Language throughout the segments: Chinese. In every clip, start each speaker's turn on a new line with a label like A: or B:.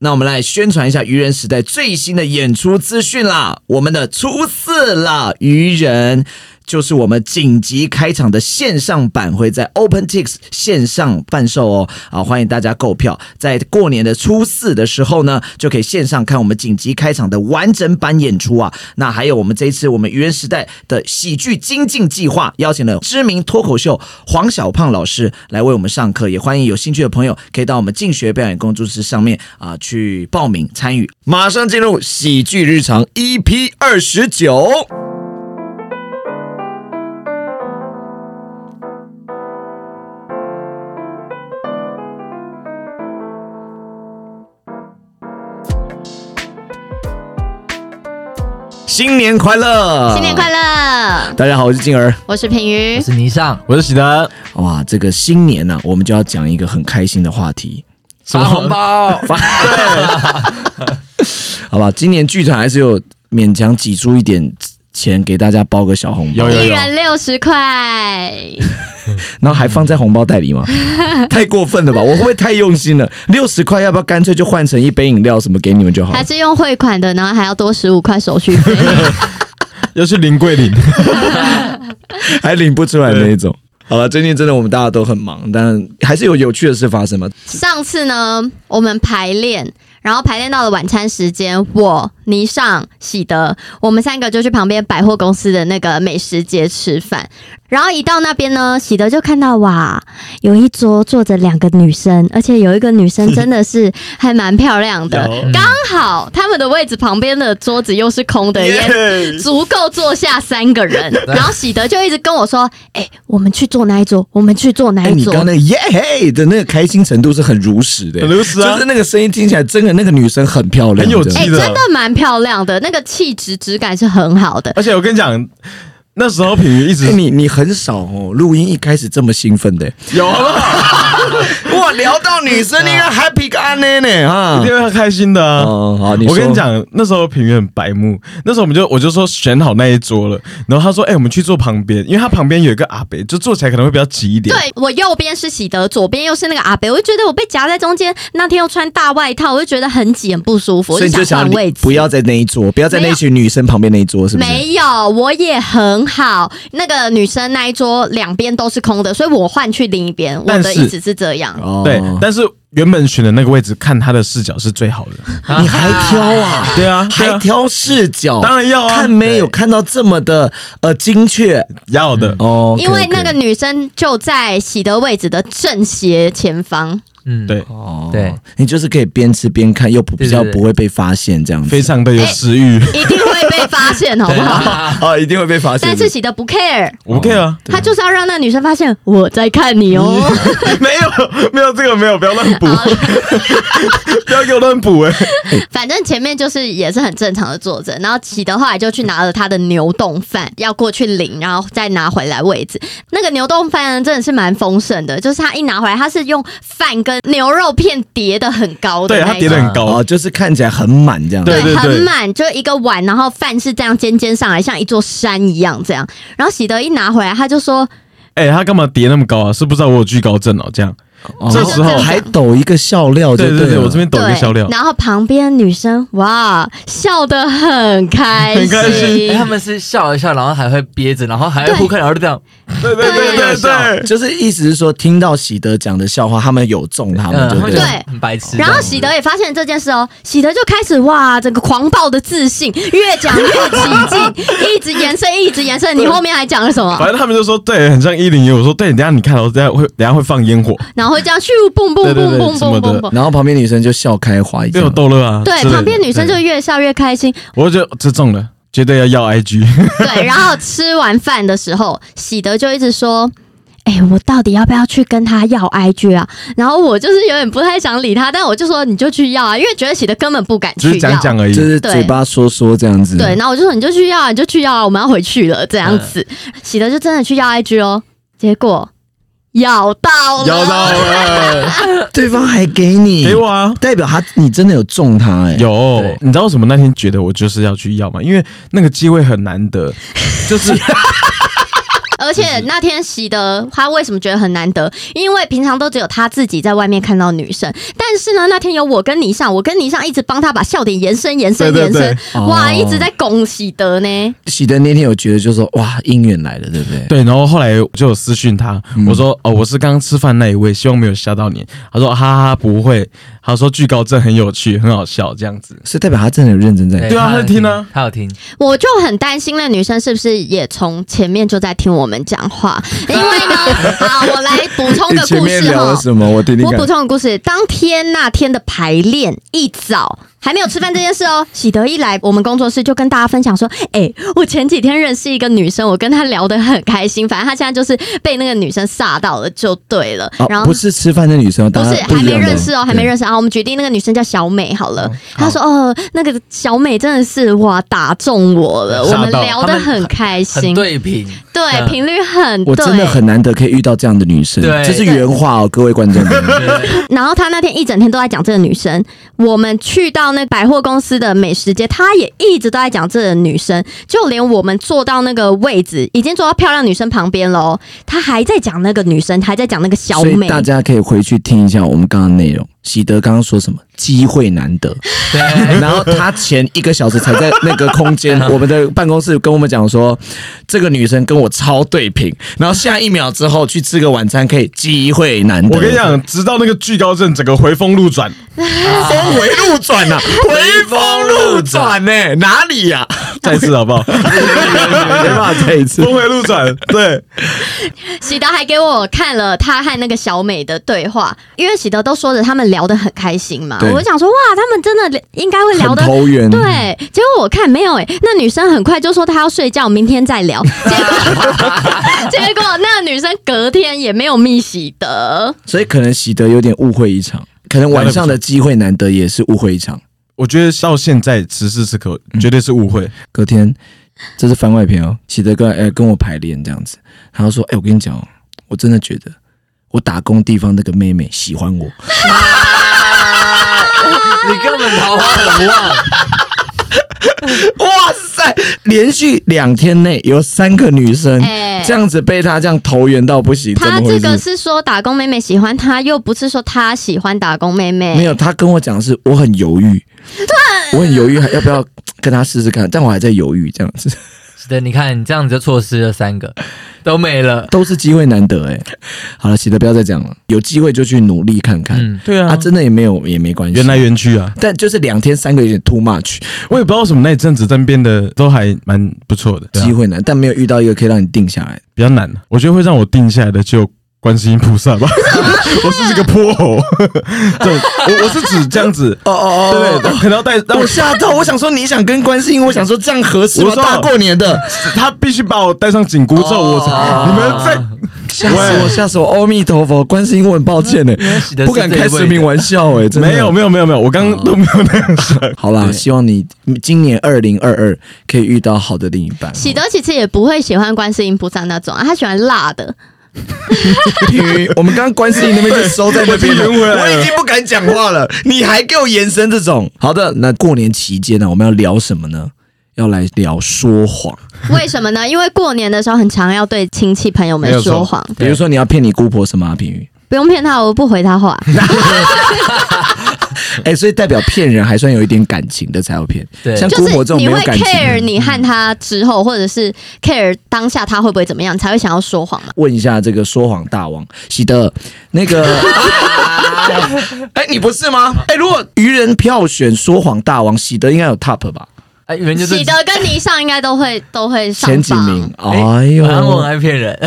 A: 那我们来宣传一下愚人时代最新的演出资讯啦！我们的初四啦，愚人就是我们紧急开场的线上版，会在 OpenTix 线上贩售哦。啊，欢迎大家购票，在过年的初四的时候呢，就可以线上看我们紧急开场的完整版演出啊。那还有我们这一次我们愚人时代的喜剧精进计划，邀请了知名脱口秀黄小胖老师来为我们上课，也欢迎有兴趣的朋友可以到我们进学表演工作室上面啊去报名参与。马上进入喜剧日常 EP 二十九。新年快
B: 呃
A: 乐！
C: 新年快！乐！
A: 大家好，我是静儿。
C: 我是品瑜
B: 我，是霓裳，我是喜德，
A: 哇，这个新年呢、我们就要讲一个很开心的话题，什
B: 发 红包，
A: 好吧，今年剧团还是有勉强挤出一点钱给大家包个小红包，
B: 有有
C: 一人六十块，
A: 然后还放在红包袋里 吗？太过分了吧！我会不会太用心了？六十块要不要干脆就换成一杯饮料什么给你们就好
C: 还
A: 了？
C: 是用汇款的，然后还要多十五块手续费。
B: 又是林桂林，
A: 还领不出来那一种。好了，最近真的我们大家都很忙，但还是有有趣的事发生嘛。
C: 上次呢，我们排练，然后排练到了晚餐时间，我、倪尚、喜德，我们三个就去旁边百货公司的那个美食街吃饭。然后一到那边呢，喜德就看到哇，有一桌坐着两个女生，而且有一个女生真的是还蛮漂亮的
A: 有，
C: 刚好他们的位置旁边的桌子又是空的，也足够坐下三个人。然后喜德就一直跟我说：“哎、我们去坐那一桌，我们去坐那
A: 哎，
C: 一
A: 你
C: 桌。
A: 刚刚那个耶嘿的那个开心程度是很如实的，
B: 很如实啊
A: 就是那个声音听起来真的那个女生很漂亮，
B: 很有
A: 这样
B: 气
C: 哎、
B: 是的
C: 真的蛮漂亮的，那个气质质感是很好的。
B: 而且我跟你讲，那时候品瑜一
A: 哎、
B: 直
A: 你你很少哦，录音一开始这么兴奋的、
B: 有，啊好不 好？
A: 哇，聊到女生应该 happy 个安呢呢
B: 一
A: 哈
B: 定。会开心的啊。
A: 哦，好，你
B: 我跟你
A: 说，
B: 讲，那时候平原很白目，那时候我们就我就说选好那一桌了，然后他说，哎、我们去坐旁边，因为他旁边有一个阿伯，就坐起来可能会比较挤一点。
C: 对我右边是喜德，左边又是那个阿北，我就觉得我被夹在中间。那天又穿大外套，我就觉得很挤很不舒服，我
A: 所以你就
C: 想
A: 想
C: 换位置。
A: 不要在那一桌，不要在那群女生旁边那一桌，是不是？
C: 没有，我也很好。那个女生那一桌两边都是空的，所以我换去另一边。我
B: 但
C: 的
B: 是
C: 意思是这样，
A: 哦
B: 对，但是原本选的那个位置，看他的视角是最好的。
A: 你还挑啊？
B: 对啊，对
A: 还
B: 啊，
A: 挑视角？
B: 当然要啊
A: 看没有看到这么的呃精确
B: 要的。
A: 哦
C: 因为那个
A: OK，OK
C: 女生就在喜德位置的正斜 前方。
D: 嗯，
B: 对，
A: 哦
D: 对，
A: 你就是可以边吃边看，又不比
D: 对对
A: 较
D: 对
A: 不会被发现这样子。
B: 非 常的有食欲，
C: 一定会被发现，好不好？
B: 哦
A: 啊，一定会被发现
C: 但
A: 的。
C: 是喜德不 care，
B: 我不 care 啊，
C: 他就是要让那女生发现我在看你哦。
B: 没有没有这个没有，不要乱补，
C: 好
B: 不要给我乱补哎。
C: 反正前面就是也是很正常的坐着，然后喜德后来就去拿了他的牛冻饭，要过去领，然后再拿回来位置。那个牛冻饭呢真的是蛮丰盛的，就是他一拿回来，他是用饭跟牛肉片叠的很高的
B: 对
C: 那一
B: 他
C: 种，
B: 叠的很高
A: 哦，，就是看起来很满这样。
B: 对对对
C: 很满，就一个碗，然后饭是这样尖尖上来，像一座山一样这样。然后喜德一拿回来，他就说
B: 哎、他干嘛叠那么高啊？是不知道我有惧高症哦，这样。
A: 哦
B: 这时候
A: 还抖一个笑料就
B: 哦对
A: 对
B: 对对，
A: 了
B: 我这边抖一个笑料，
C: 然后旁边女生哇笑得很开心，
B: 很开心
D: 哎他们是笑一笑，然后还会憋着，然后还会互看，然后就这样，
B: 对对对对对，
A: 就是意思是说，听到喜德讲的笑话，他们有中他们，
D: 嗯，
A: 对不
D: 他们
B: 啊
A: 对
D: 就
C: 对？
D: 很白痴。
C: 然后喜德也发现这件事哦，喜德就开始哇，整个狂暴的自信，越讲越起劲，一直延伸，一直延伸。你后面还讲了什么？
B: 反正他们就说对，很像一零一。我说对，等一下你看哦，我等一下会等一下会放烟火，
C: 然后会这样咻蹦蹦
B: 对对
C: 蹦
B: 对
C: 蹦
B: 什么
C: 蹦
B: 的
C: 蹦蹦。
A: 然后旁边女生就笑开怀，这
B: 被我
A: 样
B: 逗乐啊。
C: 对
B: 之类，的
C: 旁边女生就
B: 对
C: 越笑越开心。
B: 我就觉得这中了，绝对要要 IG。
C: 对，然后吃完饭的时候，喜德就一直说：“哎、我到底要不要去跟他要 IG 啊？”然后我就是有点不太想理他，但我就说你就去要啊，因为觉得喜德根本不敢
B: 只
C: 去
B: 是讲
C: 要。
B: 讲而已
A: 就。是嘴巴说说这
B: 嗯
A: 样子。
C: 对，，然后我就说你就去要啊，你就去要啊，我们要回去了这样子。
B: 嗯
C: 喜德就真的去要 IG 哦，结果要到了，
B: 要到了，
A: 对方还给你，
B: 给我啊！
A: 代表他你真的有中他哎。
B: 有
D: 对，
B: 你知道为什么那天觉 得我就是要去要吗？因为那个机会很难得，就是
C: 而且那天喜德他为什么觉得很难得？因为平常都只有他自己在外面看到女生，但是呢，那天有我跟倪尚，我跟倪尚一直帮他把笑点延伸、延伸、
B: 对
C: 延
B: 对
C: 伸，哇，
A: 哦
C: 一直在拱喜德呢。
A: 喜德那天有觉得就是说哇姻缘来了，对不对？
B: 对，然后后来我就有私讯他，我说哦，我是刚刚吃饭那一位，希望没有吓到你。他说哈哈哈，不会。他说惧高症很有趣，很好笑，这样子。
A: 所以代表他真的有认真在听。
B: 对啊他在听啊，
D: 他有听，
C: 我就很担心那女生是不是也从前面就在听我们讲话，因为 呢，好，我来补充
A: 你
C: 个
A: 前
C: 故
A: 面
C: 事
A: 聊
C: 哈
A: 了。什么？我听听
C: 我
A: 看
C: 补。充个故事，当天那天的排练一早。还没有吃饭这件事哦， 喜德一来我们工作室就跟大家分享说，哎、我前几天认识一个女生，我跟她聊得很开心，反正她现在就是被那个女生吓到了，就对了。然
A: 哦，
C: 后
A: 不是吃饭的女生，
C: 不
A: 当
C: 是
A: 然
C: 还
A: 一
C: 没
A: 样
C: 认
A: 了
C: 识哦，还没认识啊。我们决定那个女生叫小美好了。她说哦，那个小美真的是哇，打中我了，我
B: 吓
C: 们
B: 到
C: 聊得
D: 他们
C: 很开
D: 很
C: 心，
D: 对频，
C: 对，
D: 嗯
C: 频率很对，
A: 我真的很难得可以遇到这样的女生，
D: 对
A: 这是原话哦，各位观众朋友。
C: 然后他那天一整天都在讲这个女生。我们去到那百货公司的美食街，他也一直都在讲这个女生。就连我们坐到那个位置，已经坐到漂亮女生旁边喽，他还在讲那个女生，还在讲那个小
A: 所以
C: 美。
A: 大家可以回去听一下我们刚刚的内容。喜德刚刚说什么？机会难 得。
D: 对，
A: 然后他前一个小时才在那个空间， 我们的办公室跟我们讲说，这个女生跟我超对频，然后下一秒之后去吃个晚餐，可以机会难得。
B: 我跟你，讲，直到那个惧高症整个回风路 转，
A: 峰回路转呐、啊，回风路转呢、哪里啊呀、
B: 再一次好不好？
A: 没办法，再一次。
B: 峰回路转，对，
C: 喜德还给我看了他和那个小美的对话，因为喜德都说着他们聊得很开心嘛，
A: 对
C: 我就想说哇，他们真的应该会聊
A: 很
C: 得
A: 投缘，
C: 对，结果我看没有哎、那女生很快就说她要睡觉，明天 再聊。结果结果那女生隔天也没有密喜德，
A: 所以可能喜德有点误会一场，可能晚上的机会难得也是误会一场。
B: 我觉得到现在此时此刻绝对是误会。
A: 隔天，这是番外篇哦，喜德跟哎、跟我排练这样子，然后说，哎、我跟你讲哦，我真的觉得我打工地方那个妹妹喜欢我，
D: 你根本桃花很旺，
A: 哇塞，连续两天内有三个女生、
C: 哎
A: 这样子被他这样投缘到不行，怎
C: 她
A: 么
C: 这
A: 回
C: 个哎
A: 事？
C: 是说打工妹妹喜欢她，又不是说她喜欢打工妹妹。
A: 没有，他跟我讲是我很犹豫，我很犹豫还要不要跟他试试看，但我还在犹豫，这样 子
D: 是的，你看你这样子就错失了三个，都没了。
A: 都是机会难得哎、好了，喜德不要再讲了，有机会就去努力看看。
D: 嗯，
B: 对
A: 啊，真的也没有也没关系，
B: 缘来缘去啊，
A: 但就是两天三个有点 too much，
B: 我也不知道为什么那一阵子真变得都还蛮不错的，对啊
A: 机会难，但没有遇到一个可以让你定下来。
B: 比较难。啊我觉得会让我定下来的就观世音菩萨 吧，我是这个泼猴， 这种我我是指这样子，
A: 哦哦
B: 对不对？可能要带，但我
A: 我吓到，我想说你想跟关心，我想说这样合适吗
B: 我？知道
A: 大过年的，
B: 他必须把我带上紧箍咒，我才你们在
A: 吓死我，吓死我！阿弥陀佛，关心我很抱歉呢，
D: 喜德是
A: 不敢开
D: 这一位
A: 神明玩笑哎，真的
B: 没有。没有没有没有，我刚刚都没有那样想。
A: 好啦，希望你今年二零二二可以遇到好的另一半。
C: 喜德其实也不会喜欢观世音菩萨那种啊，他喜欢辣的。
A: 我们刚刚关心那边就收在那边了，
B: 我已经晕回来了
A: 我已经不敢讲话了，你还给我延伸这种。好的，那过年期间呢，我们要聊什么呢？要来聊说谎。
C: 为什么呢？因为过年的时候很常要对亲戚朋友
B: 没
C: 们
B: 有错
C: 说谎，
A: 比如说你要骗你姑婆什么啊，平 宇？
C: 不用骗他，我不回 他话。
A: 哎、所以代表骗人还算有一点感情的才要骗。
D: 对
A: 像
C: 就
A: 姑
C: 是
A: 婆这种没
C: 你
A: 有
C: 会
A: 感情的嗯
C: care 你和他之后，或者是 care 当下他会不会怎么样，才会想要说谎嘛？
A: 问一下这个说谎大王喜德，那 个，哎、你不是吗？哎、如果愚人票选说谎大王，喜德应该有 top 吧，
D: 哎，原就是
C: 喜德跟倪尚应该都会都会上
A: 前几
C: 榜
A: 名。哎
D: 哎
A: 呦
D: 呦，，安稳爱骗人，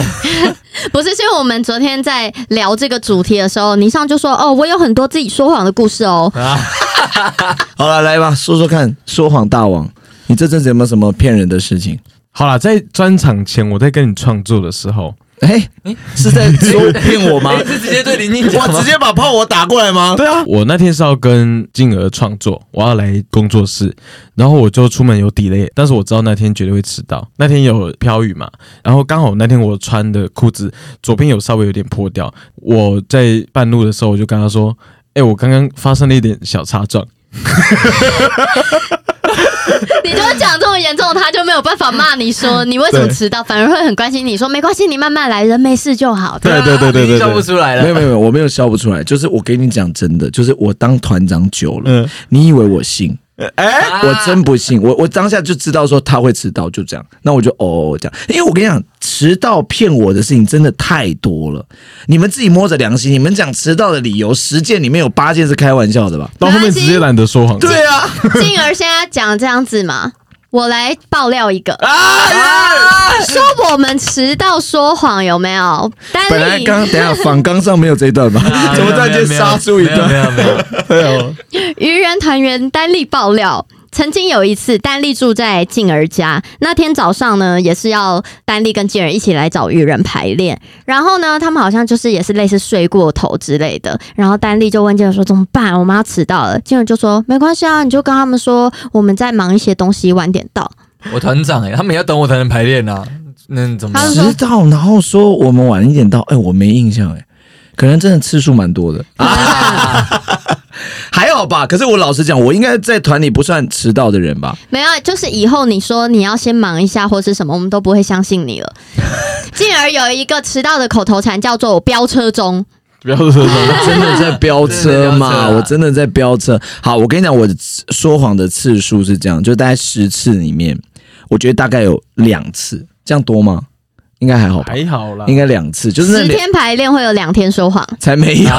C: 不是，是因为我们昨天在聊这个主题的时候，倪尚就说：“哦，我有很多自己说谎的故事 哦。
D: 啊
A: 好了，来吧，说说看，说谎大王，你这阵子有没有什么骗人的事情？
B: 好了，在专场前我在跟你创作的时候，
A: 哎、是在说 骗我吗？
D: 哎是直接对林静讲 吗？
A: 接把炮我打过来吗？
B: 对啊，我那天是要跟静儿创作，我要来工作室，然后我就出门有 delay，但是我知道那天绝对会迟到。那天有飘雨嘛，然后刚好那天我穿的裤子左边有稍微有点破掉，我在半路的时候我 就跟他说：“哎、我刚刚发生了一点小擦撞。”
C: 你就会讲这么严重，他就没有办法骂你说你为什么迟到，反而会很关心你说没关系，你慢慢来，人没事就好。
B: 对对对对对
D: 你啊笑
B: 对
D: 不出来
A: 没有
D: 了。
A: 没有没有，我没有笑不出来，就是我给你讲真的，就是我当团长久了，
B: 嗯
A: 你以为我信？
D: 啊
A: 我真不信，我我当下就知道说他会迟到，就这样。那我就哦这样，因为我跟你讲，迟到骗我的事情真的太多了。你们自己摸着良心，你们讲迟到的理由，十件里面有八件是开玩笑的吧？
B: 到后面直接懒得说谎。
A: 对啊，
C: 静儿现在讲这样子嘛，我来爆料一个，
A: 啊！
C: 说我们迟到说谎有没有？丹
A: 本来
C: 妮，
A: 刚等一下访纲上没有这一段吧？ 怎
D: 啊
A: 么突然间杀出一
D: 没
A: 段？
D: 有没有没有，
B: 对哦，
C: 愚人团员丹丽爆料。曾经有一次，丹丽住在静儿家。那天早上呢，也是要丹丽跟静儿一起来找愚人排练。然后呢，他们好像就是也是类似睡过头之类的。然后丹丽就问静儿说：“怎么办？我们要迟到了。”静儿就说：“没关系啊，你就跟他们说我们在忙一些东西，晚点到。
D: 我团长哎，他们也要等我才能排练呐。那你怎么
C: 他
D: 办？
C: 说
A: 迟到，然后说我们晚一点到，哎、我没印象哎、可能真的次数蛮多的啊， 还好吧。可是我老实讲，我应该在团里不算迟到的人吧？
C: 没有，就是以后你说你要先忙一下或是什么，我们都不会相信你了。 进而有一个迟到的口头禅叫做“我飙车中”。
B: 不要说什
A: 我
B: 么。
A: 真的在飙车
D: 真的在飙
A: 嘛？
D: 车啊
A: 我真的在飙车。好，我跟你讲，我说谎的次数是这样，就大概十次里面，我觉得大概有两次，这样多吗？应该还好吧？
B: 还好啦，
A: 应该两次，就是那
C: 十
A: 两
C: 天排练会有两天说谎，
A: 才没有，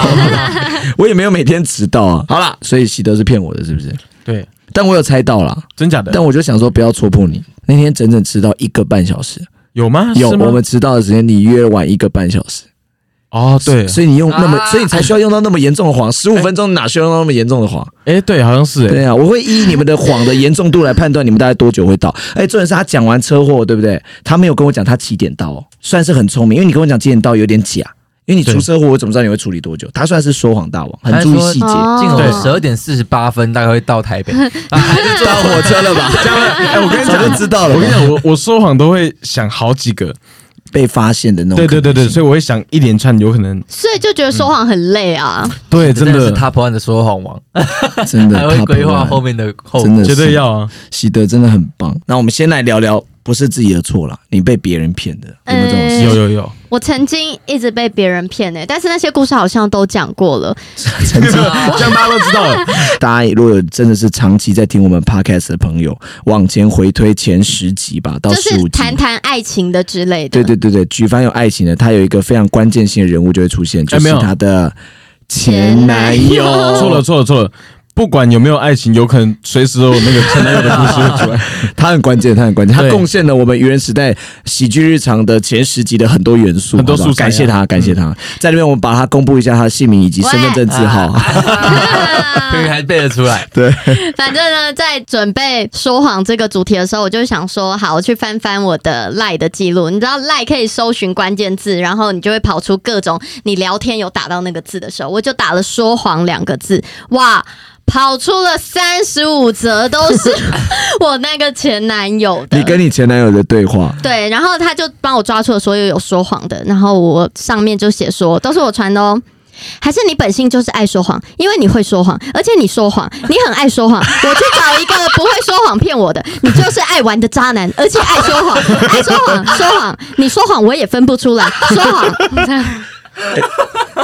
A: 我也没有每天迟到啊。好啦，所以喜德是骗我的，是不是？
B: 对，
A: 但我有猜到啦，
B: 真假的？
A: 但我就想说不要戳破你。那天整整迟到一个半小时，
B: 有吗？
A: 有
B: 啊是吗
A: 我们迟到的时间，你约晚一个半小时，
B: 哦，对，
A: 所以你用那么，
D: 啊
A: 所以你才需要用到那么严重的谎。十五分钟哪需要用到那么严重的谎？
B: 哎，对，好像是哎，
A: 对啊，我会依你们的谎的严重度来判断你们大概多久会到。哎，重点是他讲完车祸，对不对？他没有跟我讲他几点到、哦，算是很聪明，因为你跟我讲几点到有点假，因为你出
B: 对
A: 车祸，我怎么知道你会处理多久？他算是说谎大王，很注意细节。
C: 哦
D: 静
B: 对
D: 儿十二点四十八分大概会到 台北，啊还是坐
A: 搭火车了吧？哎，我跟你讲就知道了
B: 我
A: 吧。
B: 跟你讲，我我说谎都会想好几个，
A: 被发现的那种。
B: 对对对对，，所以我会想一连串有可能，
C: 所以就觉得说谎很累啊。
A: 嗯
B: 对，
D: 真
B: 真
D: 的是
B: 的
D: Top One 的说谎王，
A: 真的
D: 还会
A: 他
D: 规划
A: 不
D: 后面的后
A: 真
D: 果。
A: 的
B: 绝对
A: 是
B: 要啊，
A: 喜德真的很棒。那我们先来聊聊，不是自己的错啦，你被别人骗的，有没有这种
C: 呃
A: 事？
B: 有有有，
C: 我曾经一直被别人骗呢、欸但是那些故事好像都讲过了。
A: 曾经，
B: 这样大家都知道了。
A: 大家如果有真的是长期在听我们 podcast 的朋友，往前回推前十集吧，到
C: 就
A: 十五
C: 是
A: 集。
C: 谈谈爱情的之类的。
A: 对对对对，举凡有爱情的，他有一个非常关键性的人物就会出现，就
B: 哎没
A: 是
B: 有
A: 他的前男友。
B: 错了，错了错了，不管有没有爱情，有可能随时都有那个前男友的故事会出来。
A: 他很关键，他很关键，他
B: 对
A: 贡献了我们愚人时代喜剧日常的前十集的很多元素，
B: 很多
A: 好不好
B: 素材啊
A: 感谢他，感谢他。在这边我们把他公布一下他的姓名以及身份证字号。
D: 终于还背得出 来，
C: 反正呢，在准备说谎这个主题的时候，我就想说，好，我去翻翻我的赖的记录。你知道赖可以搜寻关键字，然后你就会跑出各种你聊天有打到那个字的时候，我就打了“说谎”两个字，哇！跑出了三十五则，都是 我那个前男友的。
A: 你跟你前男友的对话，
C: 对，然后他就帮我抓出了所有有说谎的，然后我上面就写说都是我传的哦。还是你本性就是爱说谎，因为你会说谎，而且你说谎，你很爱说谎。我去找一个不会说谎骗我的，你就是爱玩的渣男，而且爱说谎，爱说谎，说谎，你说谎我也分不出来，说谎。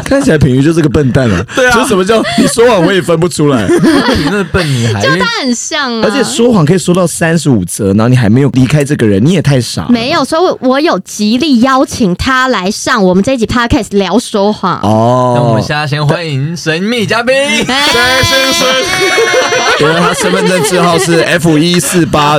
A: 看起来品瑜就是个笨蛋啊。对啊，就什么叫你说谎我也分不出 来，
C: 嗯
D: 你真的笨女孩，因为
C: 他很像啊，
A: 而且说谎可以说到三十五折，然后你还没有离开这个人，你也太傻了。
C: 没有，所以我我有极力邀请他来上我们这一集 podcast 聊说谎。
A: 哦，
D: 那我们现在先欢迎神秘嘉宾。
C: 哎
A: 因为啊他身份证字 号是 F 一四 八，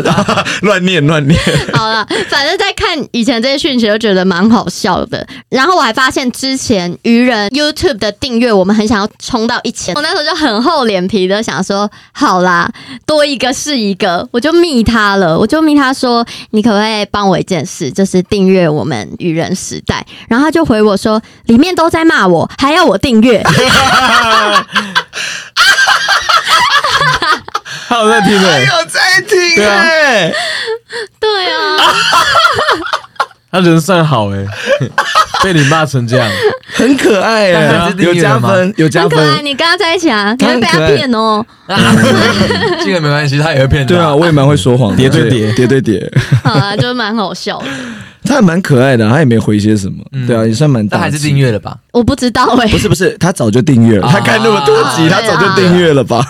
A: 乱念乱念。
C: 好了，反正在看以前这些讯息，就觉得蛮好笑的。然后我还发现之前愚人 YouTube 的订阅，我们很想要冲到一千，我那时候就很厚脸皮的想说，好啦，多一个是一个，我就密他了，我就密他说，你可不可以帮我一件事，就是订阅我们愚人时代？然后他就回我说，里面都在骂我，还要我 订阅。
B: 他有在听的，
A: 有在听
B: 对啊
A: 哎、
C: 对啊，
B: 他人算好哎，被你骂成这样，
A: 很可爱耶、
D: 但还是
A: 有
D: 订阅
A: 加
D: 了吗
A: 分，有加
C: 很可爱，
A: 分。
C: 你跟他在一起啊，你
A: 他
C: 会
A: 很
C: 被他
A: 可爱
C: 骗哦。
D: 这个没关系，他也会骗的。
A: 对啊，，我也蛮会说谎的，
B: 叠对叠
A: 叠对叠，
C: 好啊，就是蛮好笑的。
A: 他还蛮可爱的，他也没回些什么，对啊，也算蛮大
D: 嗯但
A: 气。
D: 还是 订阅了吧？
C: 我不 知道哎、
A: 不是不是，他早就订阅了，
C: 哦
D: 啊
A: 他看那么多集，
C: 啊
A: 他早就订阅了 吧？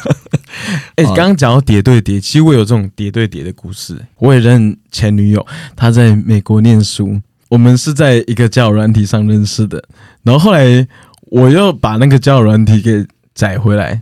B: 哎、刚刚讲到叠对叠，其实我有这种叠对叠的故事。我也认前女友，她在美国念书，我们是在一个交友软体上认识的，然后后来我又把那个交友软体给载回来。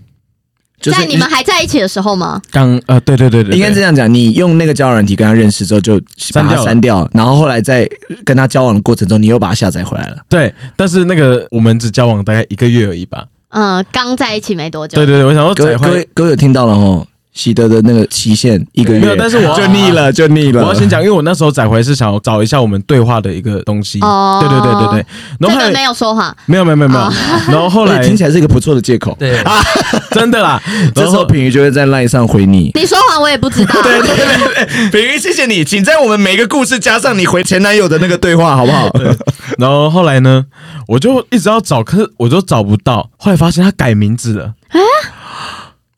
A: 就是
C: 在你们还在一起的时候吗？
B: 刚呃，对对对对
A: 应该这
B: 样。
A: 样讲，你用那个交友软体跟他认识之后，就把
B: 删掉
A: 他
B: 了
A: 删掉，然后后来在跟他交往的过程中，你又把他下载回来了。
B: 对，但是那个我们只交往大概一个月而已吧。
C: 嗯，刚在一起没多久。
B: 对对对，我想要
A: 各位
B: 载
A: 各
B: 回
A: 位各位有听到了吼？喜德的那个期限一个
B: 没
A: 月
B: 有，，但是我
A: 就腻了，就腻了。
B: 我要先讲，因为我那时候载回来是想要找一下我们对话的一个东西。
C: 哦
B: 对对对对对。然
C: 这
B: 后后
C: 个
B: 来
C: 没有说谎，
B: 没有没有没有没有， 然后后
A: 对，
B: 来
A: 哎听起来是一个不错的借口。
D: 对 啊，
B: 真的 啦，
A: 这
B: 然
A: 时
B: 后
A: 候品瑜就会在 LINE 上回你。
C: 你说谎我也不知 道。
A: 对对对对，品瑜，谢谢你，请在我们每个故事加上你回前男友的那个 对话，好不好？
B: 然后后来呢，我就一直要找，可是我就找不到。后来发现他改名字了，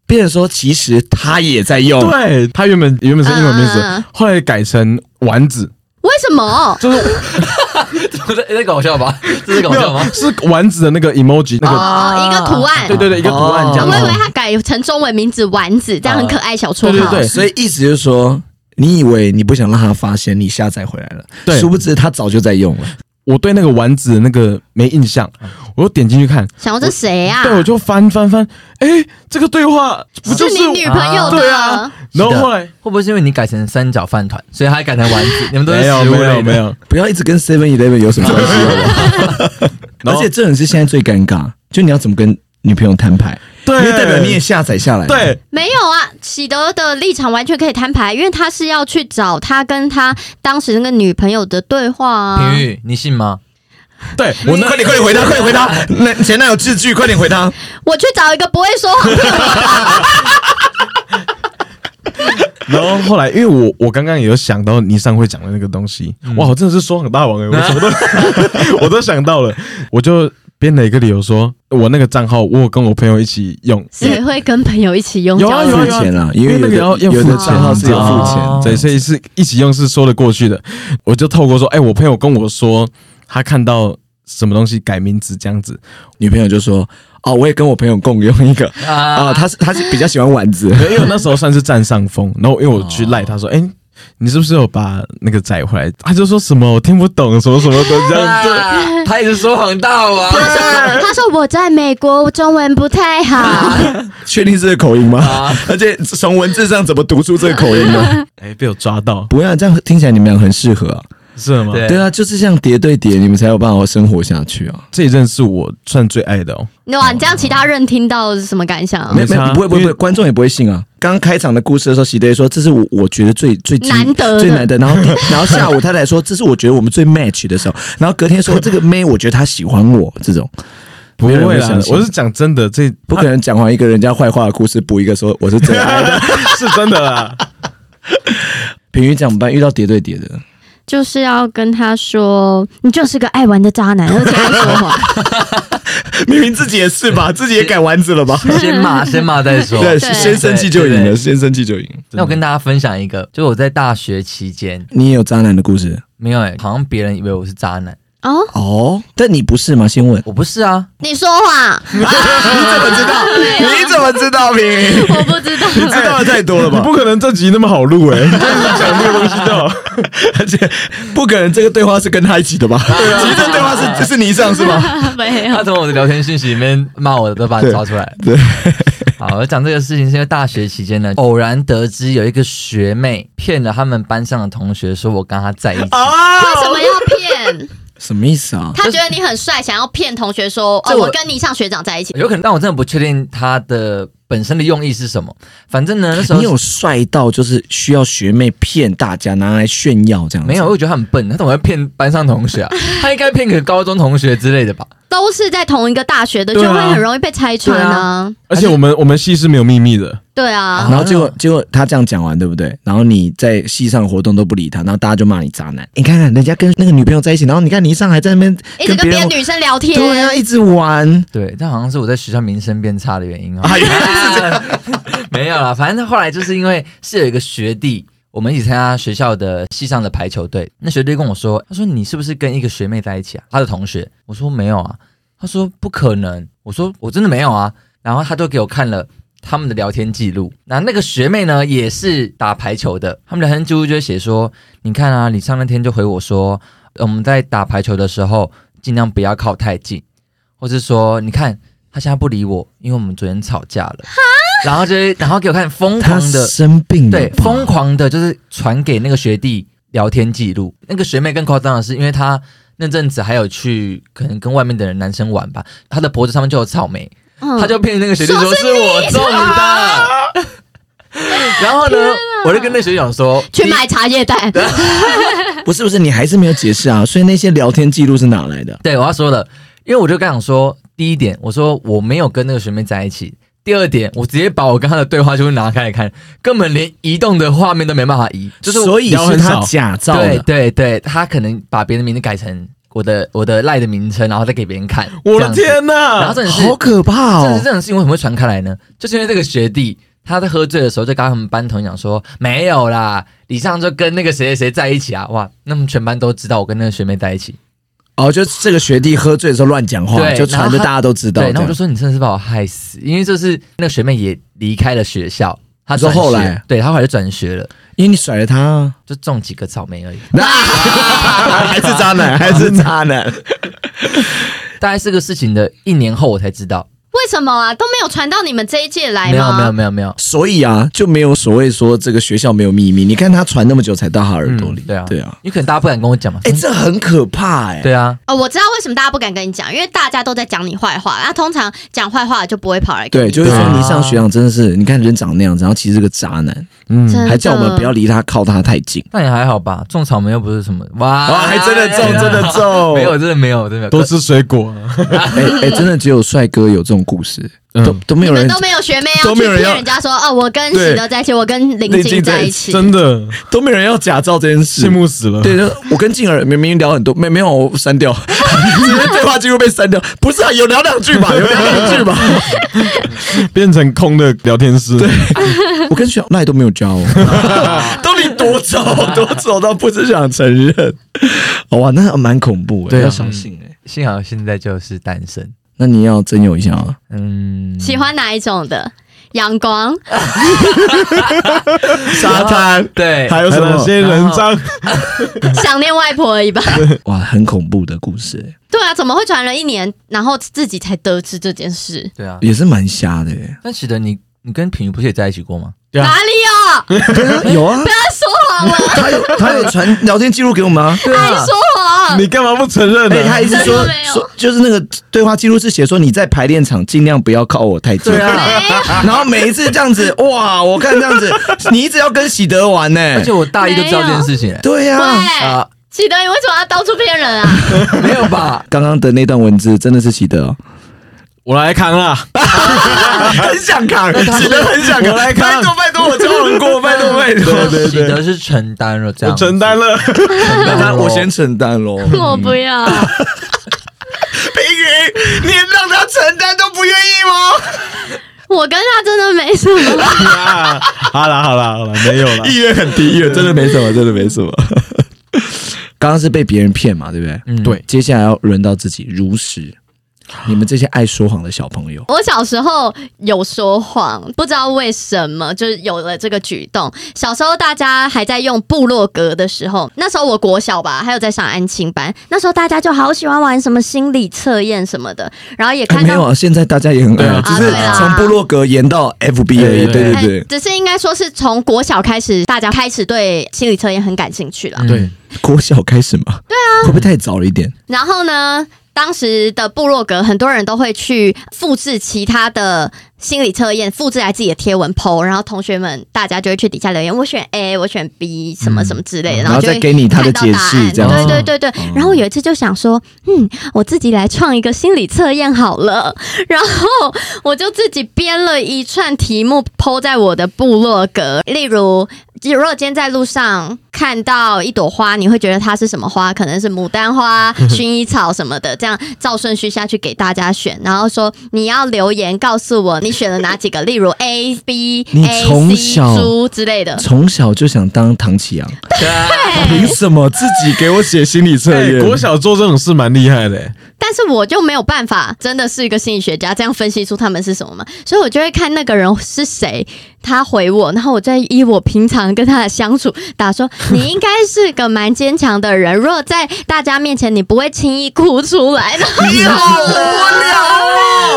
A: 变成说，其实他也在用，
B: 对他原本原本是英文名字，
C: 嗯嗯嗯
B: 后来改成丸子，
C: 为什么？
B: 就是
D: 在在搞笑吧？这是搞
B: 没
D: 笑
B: 有
D: 吗？
B: 是丸子的那个 emoji 那个，
C: 哦，一个图案。
B: 对对对，一个图案这样
C: 哦我
B: 子。
C: 以为他改成中文名字丸子，这样很可爱小绰号。
B: 啊对对对
A: 所以意思就是说，你以为你不想让他发现你下载回来了，
B: 对
A: 殊不知他早就在用了。
B: 我对那个丸子的那个没印象，我就点进去看，
C: 想说这谁啊？
B: 对我就翻翻翻，哎，这个对话不就是
C: 你女朋友的？
B: 对啊，然后后来
D: 会不会是因为你改成三角饭团，所以他还改成丸子？你们都是
B: 没有
D: 食物
B: 没
D: 类
B: 有
D: 的
B: 没，有，
A: 不要一直跟 Seven Eleven 有什么关系好不好
B: 然后
A: 而且这种是现在最尴尬，就你要怎么跟女朋友摊牌？
B: 对
A: 因为代表你也下载下来。，
B: 对
C: 没有啊，喜德的立场完全可以摊牌，因为他是要去找他跟他当时那个女朋友的对话啊
D: 平。玉，你信吗？
B: 对，
A: 我那快点快点回答，快点回答！那前男友字句，快点回答。
C: 我去找一个不会说谎 骗我
B: 然后后来，因为我我刚刚也有想到尼桑会讲的那个东西，哇，我真的是说谎大王哎、我什么都 我都想到了，我就编了一个理由说，我那个账号我有跟我朋友一起用，
C: 谁会跟朋友一起用
B: 有
C: 交
B: 啊
C: 友
B: 有
C: 软
B: 啊
A: 付
C: 体？
A: 钱啊，因
B: 因
A: 为
B: 为那
A: 有
B: 个要
A: 的
B: 要
A: 有
B: 付
A: 的
B: 钱，啊
A: 账号是有付钱
D: 哦
A: 的，
B: 对，所以是一起用是说得过去的。我就透过说，哎、我朋友跟我说他看到什么东西改名字这样子，
A: 女朋友就说：“哦，我也跟我朋友共用一个
D: 啊，
A: 啊，他是他是比较喜欢丸子。
B: 对因为我那时候算是占上风，然后因为我去赖他说，哎、你是不是有把那个载回来？他就说什么我听不懂，什么什么的 这样子。
D: 啊他也是说谎啊大王。
C: 他说：“他说我在美国，我中文不太好。
A: 确定是这个口音吗？
B: 啊
A: 而且从文字上怎么读出这个口音 呢？
B: 哎、被我抓到，
A: 不啊要这样，听起来你们俩很适合啊。
B: 是吗？
D: 对
A: 对啊，就是这样叠对叠，你们才有办法生活下去啊。
B: 这一任是我算最爱的哦。”
C: 你啊哇，你这样其他人听到是什么感想啊？
A: 没有没
B: 没差
A: 有，不会不会
B: 因
A: 不
B: 为
A: 会，观众也不会信啊。刚刚开场的故事的时候，喜德说这是我我觉得最最精
C: 难得的
A: 最难的，然后 然后下午他才说这是我觉得我们最 match 的时候，然后隔天说这个妹我觉得她喜欢我这种，
B: 不
A: 没有人
B: 会
A: 会
B: 啦
A: 相，信
B: 我是讲真的，这
A: 不可能讲完一个人家坏话的故事补一个说我是真爱 的。
B: 是真的啊啦。
A: 平语讲我们班遇到叠对叠的，
C: 就是要跟他说，你就是个爱玩的渣男，而且爱说谎。
A: 明明自己也是 吧，自己也改丸子了吧？
D: 先 骂先骂再说。
A: 对，
C: 对
A: 先生气就赢
D: 对
A: 了，
D: 对
A: 先生气就赢。
D: 那我跟大家分享一个，就我在大学期间，
A: 你也有渣男的故事
D: 没有哎、好像别人以为我是渣男，，
C: 哦，
A: 哦？但你不是吗？先问
D: 我不是啊，
C: 你说谎，
A: 你怎么知道平语？
C: 我不知道。
A: 知道的太多了
B: 你 不可能这集那么好录哎、欸，讲这个东西的，
A: 而且不可能，这个对话是跟他一起的吧？对啊，其实这对话是是你上是吧？
C: 没有
D: 他从我的聊天讯息里面骂我的都把你抓出来。
A: 对，
D: 好，我讲这个事情是因为大学期间呢，偶然得知有一个学妹骗了他们班上的同学，说我跟她在一起。
C: 为什么要骗？
A: 什么意思啊？
C: 他觉得你很帅，想要骗同学说，哦，
D: 这我
C: 我跟你上学长在一起。
D: 有可能，但我真的不确定她的本身的用意是什么。反正呢，那时候
A: 你有帅到就是需要学妹骗大家拿来炫耀这样？
D: 没有，，我就觉得她很笨，她怎么会骗班上同学啊？她应该骗个高中同学之类的吧？
C: 都是在同一个大学的，就
B: 对啊
C: 会很容易被拆穿啊。
B: 而且我们我们系是没有秘密的，
C: 对啊，
A: 然后结果结果他这样讲完，对不对？然后你在戏上活动都不理他，然后大家就骂你渣男。你看看人家跟那个女朋友在一起，然后你看你一上还在那边
C: 一直跟
A: 别
C: 别
A: 人
C: 的女生聊天，
A: 对啊，一直玩。
D: 对，但好像是我在学校名声变差的原因哦。
A: 哎
D: 没有啦，反正后来就是因为是有一个学弟，我们一起参加学校的系上的排球队，那学弟跟我说，他说你是不是跟一个学妹在一起啊？他的同学，我说没有啊，他说不可能，我说我真的没有啊，然后他就给我看了。他们的聊天记录，那那个学妹呢也是打排球的，他们聊天记录就会写说，你看啊，李尚那天就回我说，呃我们在打排球的时候尽量不要靠太近，或是说，你看他现在不理我，因为我们昨天吵架了，然后就会然后给我看疯
A: 他
D: 狂的
A: 生病了
D: 对，
A: 吧
D: 疯狂的就是传给那个学弟聊天记录。那个学妹更夸张的是，因为她那阵子还有去可能跟外面的人男生玩吧，她的脖子上面就有草莓，
C: 嗯
D: 她就骗那个学弟
C: 说
D: 说
C: 是
D: 是我种的。 然后呢，我就跟那学长说
C: 去买茶叶蛋，
A: 不是不是，你还是没有解释 啊。所以那些聊天记录是哪来的？
D: 对，我要说了，因为我就刚想说，第一点，我说我没有跟那个学妹在一起。第二点，我直接把我跟她的对话就会拿开来看，根本连移动的画面都没办法移，就是我
A: 所以
B: 聊
A: 是
B: 很
A: 他
B: 少
A: 假造的。
D: 对对对，他可能把别人的名字改成我的我的赖的名称，然后再给别人看。这
B: 我的
D: 样子！
B: 天呐！
D: 然后重点是，
A: 好可怕
D: 这
A: 哦
D: 这！种事情为什么会传开来呢？就是因为这个学弟他在喝醉的时候，就跟他们班同学讲说没有啦，李尚就跟那个谁谁谁在一起啊，哇，那么全班都知道我跟那个学妹在一起，啊
A: 哦，就是这个学弟喝醉的时候乱讲话，
D: 对
A: 就传
D: 然后
A: 的
D: 他
A: 大家都知道这
D: 对，
A: 样。
D: 然后我就说你真的是把我害死，因为就是那个学妹也离开了学校，她
A: 你说
D: 转学
A: 后来
D: 对她后来就转学了，
A: 因为你甩了他 啊，
D: 就种几个草莓而已。
A: 那还是渣男，还是渣男。
D: 大概是个事情的一年后我才知道，
C: 为什么啊？都没有传到你们这一届来
D: 没有
C: 吗？
D: 没有没有没有，
A: 所以啊，就没有所谓说这个学校没有秘密。你看他传那么久才到他耳朵里，
D: 对啊，
A: 对啊，
D: 因为可能大家不敢跟我讲嘛。
A: 哎、这很可怕哎、
D: 对啊，
C: 哦，我知道为什么大家不敢跟你讲，因为大家都在讲你坏话，那、通常讲坏话就不会跑来跟
A: 对，
C: 你
A: 就是
C: 讲
A: 说
D: 对啊
A: 你上学长真的是，你看人长那样子，然后其实是个渣男，
B: 嗯
C: 真的
A: 还叫我们不要离他靠他太近。
D: 但也还好吧，种草莓又不是什么哇，哎
A: 哇，哦还真的中，真的中，
D: 啊没有，真的没有，真的没有
B: 都吃水果啊，
A: 哎、哎、真的只有帅哥有这种故事，
B: 嗯
A: 都都没
C: 你
A: 有
C: 们
A: 人
C: 都没有学妹要
B: 都
C: 去
B: 没有人
C: 骗
B: 要
C: 人家说哦，我跟喜德在一起，我跟林
A: 林
C: 静
A: 静
C: 在
A: 在
C: 一
A: 一
C: 起。
B: 真的
A: 都没有人要假造这件事嗯
B: 羡。慕死了。
A: 对，就我跟静儿明明聊很多，没没有我删掉， 直接对话记录被删掉。不是啊，有聊两句吧，有聊两句吧。
B: 变成空的聊天室。对，
A: 我跟学校赖都没有交、哦， 都你多走多走到不是想承认。哦、哇，那蛮恐怖的、
D: 对啊
A: 要小心哎、
D: 幸好现在就是单身，
A: 那你要真有一下啊，
D: 嗯，
C: 喜欢哪一种的？阳光，
A: 沙滩
D: 对，
A: 还有什
B: 那
A: 么？
B: 些人渣？
C: 想念外婆而已吧。
A: 哇，很恐怖的故事、欸，
C: 对啊，怎么会传了一年，然后自己才得知这件事？
D: 对啊。
A: 也是蛮瞎的、欸。
D: 但喜德，你你跟品瑜不是也在一起过吗？
B: 对啊
C: 哪里 有？
A: 有啊，
C: 他说谎了，
A: 他有他有传聊天记录给我们啊。
D: 对
C: 他还说谎。
B: 你干嘛不承认啊
A: 而且
B: 呢
A: 他？一直说
C: 真的没有
A: 说，就是那个对话记录是写说你在排练场尽量不要靠我太近。
D: 对啊
C: 没有
A: 然后每一次这样子，哇，我看这样子， 你一直要跟喜德玩呢、
D: 而且我大一就知道这件事情，
A: 对啊呀、
C: 喂，喜德，你为什么要到处骗人啊？
D: 没有吧？
A: 刚刚的那段文字真的是喜德、哦，
B: 我来扛啦！
A: 很想扛，喜德很想扛，来扛，拜托拜托，我交往过，拜托拜托，
D: 喜德是承担了这
B: 我
D: 样，
B: 承担了，
D: 承担
A: 那
D: 了，
A: 我先承担喽。 平
C: 我不要，
A: 云，你让他承担都不愿意吗？
C: 我跟他真的没什么。
B: 啊好啦好啦好啦，没有 啦。
A: 意愿很低，意愿真的没什么，真的没什么。 刚刚是被别人骗嘛，对不对？
D: 嗯
B: 对，
A: 接下来要轮到自己如实，你们这些爱说谎的小朋友，
C: 我小时候有说谎，不知道为什么，就是有了这个举动。小时候大家还在用部落格的时候，那时候我国小吧，还有在上安亲班，那时候大家就好喜欢玩什么心理测验 什么的，然后也
A: 哎
C: 看
A: 没
C: 到
A: 有啊，现在大家也很爱啊，
B: 对
A: 只
C: 啊
A: 是
C: 对啊
A: 从部落格延到 FB 而已。
B: 对
A: 对对
C: 哎
A: 对，
C: 只是应该说是从国小开始，大家开始对心理测验很感兴趣了。
D: 嗯
B: 对，
A: 国小开始嘛，对啊，会不会太早了一点？
C: 然后呢，当时的部落格，很多人都会去复制其他的心理测验，复制来自己的贴文 PO，然后同学们大家就会去底下留言，我选 A，我选 B，什么什么之类的，
A: 嗯然后
C: 就
A: 再
C: 会
A: 给你他的
C: 看到
A: 解
C: 答
A: 释，
C: 案
A: 这样子。嗯
C: 对对对对。然后有一次就想说，嗯，我自己来创一个心理测验好了。然后我就自己编了一串题目，抛在我的部落格。例如，如果今天在路上看到一朵花，你会觉得它是什么花？可能是牡丹 花、薰衣草什么的。这样照顺序下去给大家选，然后说你要留言告诉我你选了哪几个。例如 A、B、
A: 你
C: A、
A: 从
C: C、
A: 小
C: 猪之类的。
A: 从小就想当唐启阳，凭什么自己给我写心理测
B: 哎
A: 验？
B: 国小做这种事蛮厉害的、欸，
C: 但是我就没有办法，真的是一个心理学家这样分析出他们是什么嘛，所以我就会看那个人是谁，他回我，然后我再依我平常跟他的相处打说，你应该是个蛮坚强的人，如果在大家面前你不会轻易哭出来的，
A: 你好无聊啊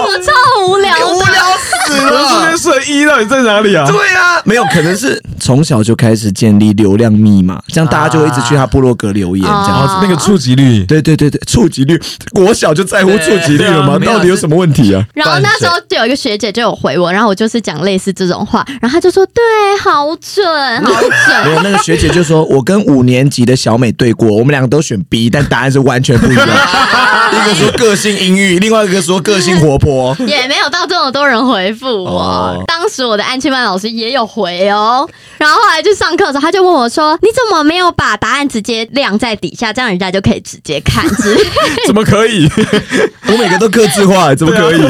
C: 我超无聊
A: 哦，无
C: 的。
A: 聊死
B: 我这
A: 了
B: 边。设一到底在哪里啊？
A: 对啊，没有，可能是从小就开始建立流量密码，这样大家就会一直去他部落格留言，
C: 哦
A: 这样。
B: 然后哦那个触及率，
A: 对对对对，触及率，国小就在乎触及率了吗？
D: 对啊
A: 到底有什么问题啊？
C: 然后那时候就有一个学姐就有回我，然后我就是讲类似这种话，然后她就说对，好准，好
A: 没
C: 准。
A: 有，那啊个学姐就说，我跟五年级的小美对过，我们两个都选 B，但答案是完全不一样。 一个说个性阴郁，另外一个说个性活泼。
C: 也没有到这么多人回复我。
A: 哦
C: 当时我的安亲班老师也有回哦，然后后来去上课的时候，他就问我说：“你怎么没有把答案直接晾在底下，这样人家就可以直接 看？”之类
B: 怎么可以？
A: 我每个都各自化，怎么可以？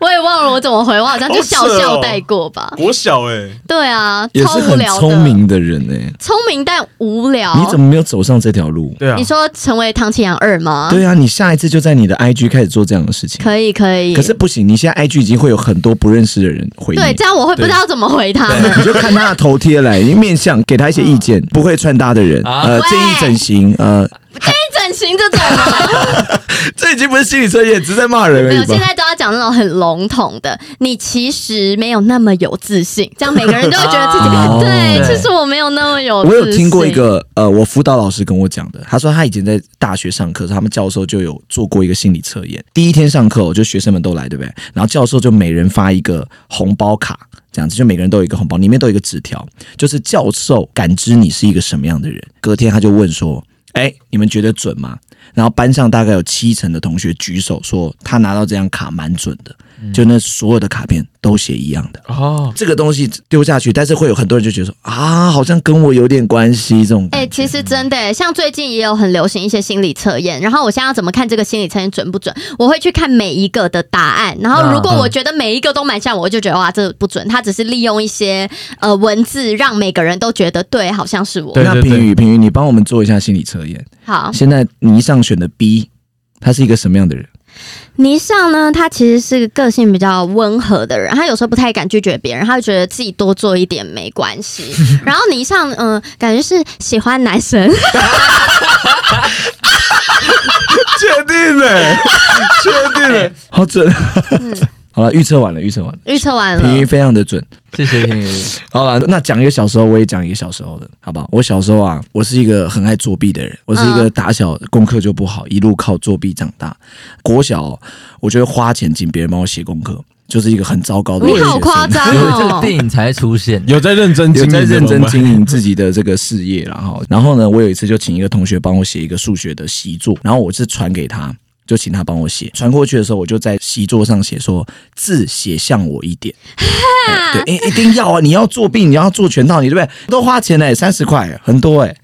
C: 我也忘了我怎么回，我好像就笑笑带过吧。
B: 国小哎、
C: 对啊，
A: 哦也
C: 超
A: 是
C: 无
A: 很
C: 聊的，
A: 聪明的人哎、
C: 聪明但无聊。
A: 你怎么没有走上这条路？
B: 对啊，
C: 你说成为唐启阳二吗？
A: 对啊，你下一次就在你的 IG 开始做这样的事情。
C: 可以可以。
A: 可是不行，你现在 IG 已经会有很多不认识的人回
C: 对，
A: 你，
C: 这样我会不知道怎么回他 们。
A: 你就看他的头贴来，你面向给他一些意见，不会穿搭的人，
D: 啊
A: 呃，
C: 喂
A: 建议整形，呃，
C: 整形这种吗？
A: 这已经不是心理测验，只是在骂人
C: 没有，现在都要讲那种很笼统的。你其实没有那么有自信，这样每个人都会觉 得自己、
A: 哦
C: 对。
D: 对
C: 其实我没有那么有自
A: 我
C: 信。
A: 有听过一个呃，我辅导老师跟我讲的，他说他以前在大学上课，他们教授就有做过一个心理测验。第一天上课，我就学生们都来，对不对？然后教授就每人发一个红包卡，这样子就每个人都有一个红包，里面都有一个纸条，就是教授感知你是一个什么样的人。隔天他就问说：“哎，你们觉得准吗？”然后班上大概有七成的同学举手说他拿到这张卡蛮准的，就那所有的卡片都写一样的。
B: 嗯哦，
A: 这个东西丢下去，但是会有很多人就觉得说啊，好像跟我有点关系这种
C: 哎、
A: 感觉。
C: 其实真的、像最近也有很流行一些心理测验，然后我现在要怎么看这个心理测验准不准？我会去看每一个的答案，然后如果我觉得每一个都蛮像我，我就觉得哇，这不准。他只是利用一些呃文字，让每个人都觉得对，好像是我。
B: 对
A: 那平宇，平宇，你帮我们做一下心理测验。
C: 好，
A: 现在你上选的 B，他是一个什么样的人？
C: 倪尚呢，他其实是个个性比较温和的人，他有时候不太敢拒绝别人，他会觉得自己多做一点没关系。 然后倪尚，嗯、感觉是喜欢男生，
B: 确定哎、确定哎、
A: 好准。 好了，预测完了，预测完了。
C: 预 测完
A: 平
C: 了
A: 宇，非常的准。
D: 谢谢平宇，
A: 好了，那讲一个小时候，我也讲一个小时候的，好不好？我小时候啊，我是一个很爱作弊的人，我是一个
C: 嗯
A: 打小功课就不好，一路靠作弊长大。国小我就会花钱请别人帮我写功课，就是一个很糟糕的一个
C: 你
A: 学生。
C: 好夸张
D: 因为这个
C: 哦！
D: 电影才会出现。
B: 有在认真经
A: 有
B: 营的
A: 在认
B: 吗，
A: 真经营自己的这个事业啦，然后，然后呢，我有一次就请一个同学帮我写一个数学的习作，然后我是传给他，就请他帮我写。传过去的时候，我就在习作上写说字写像我一点，哎对，一一定要啊！你要作弊，你要做全套，你对不对？都花钱嘞、三十块很多哎、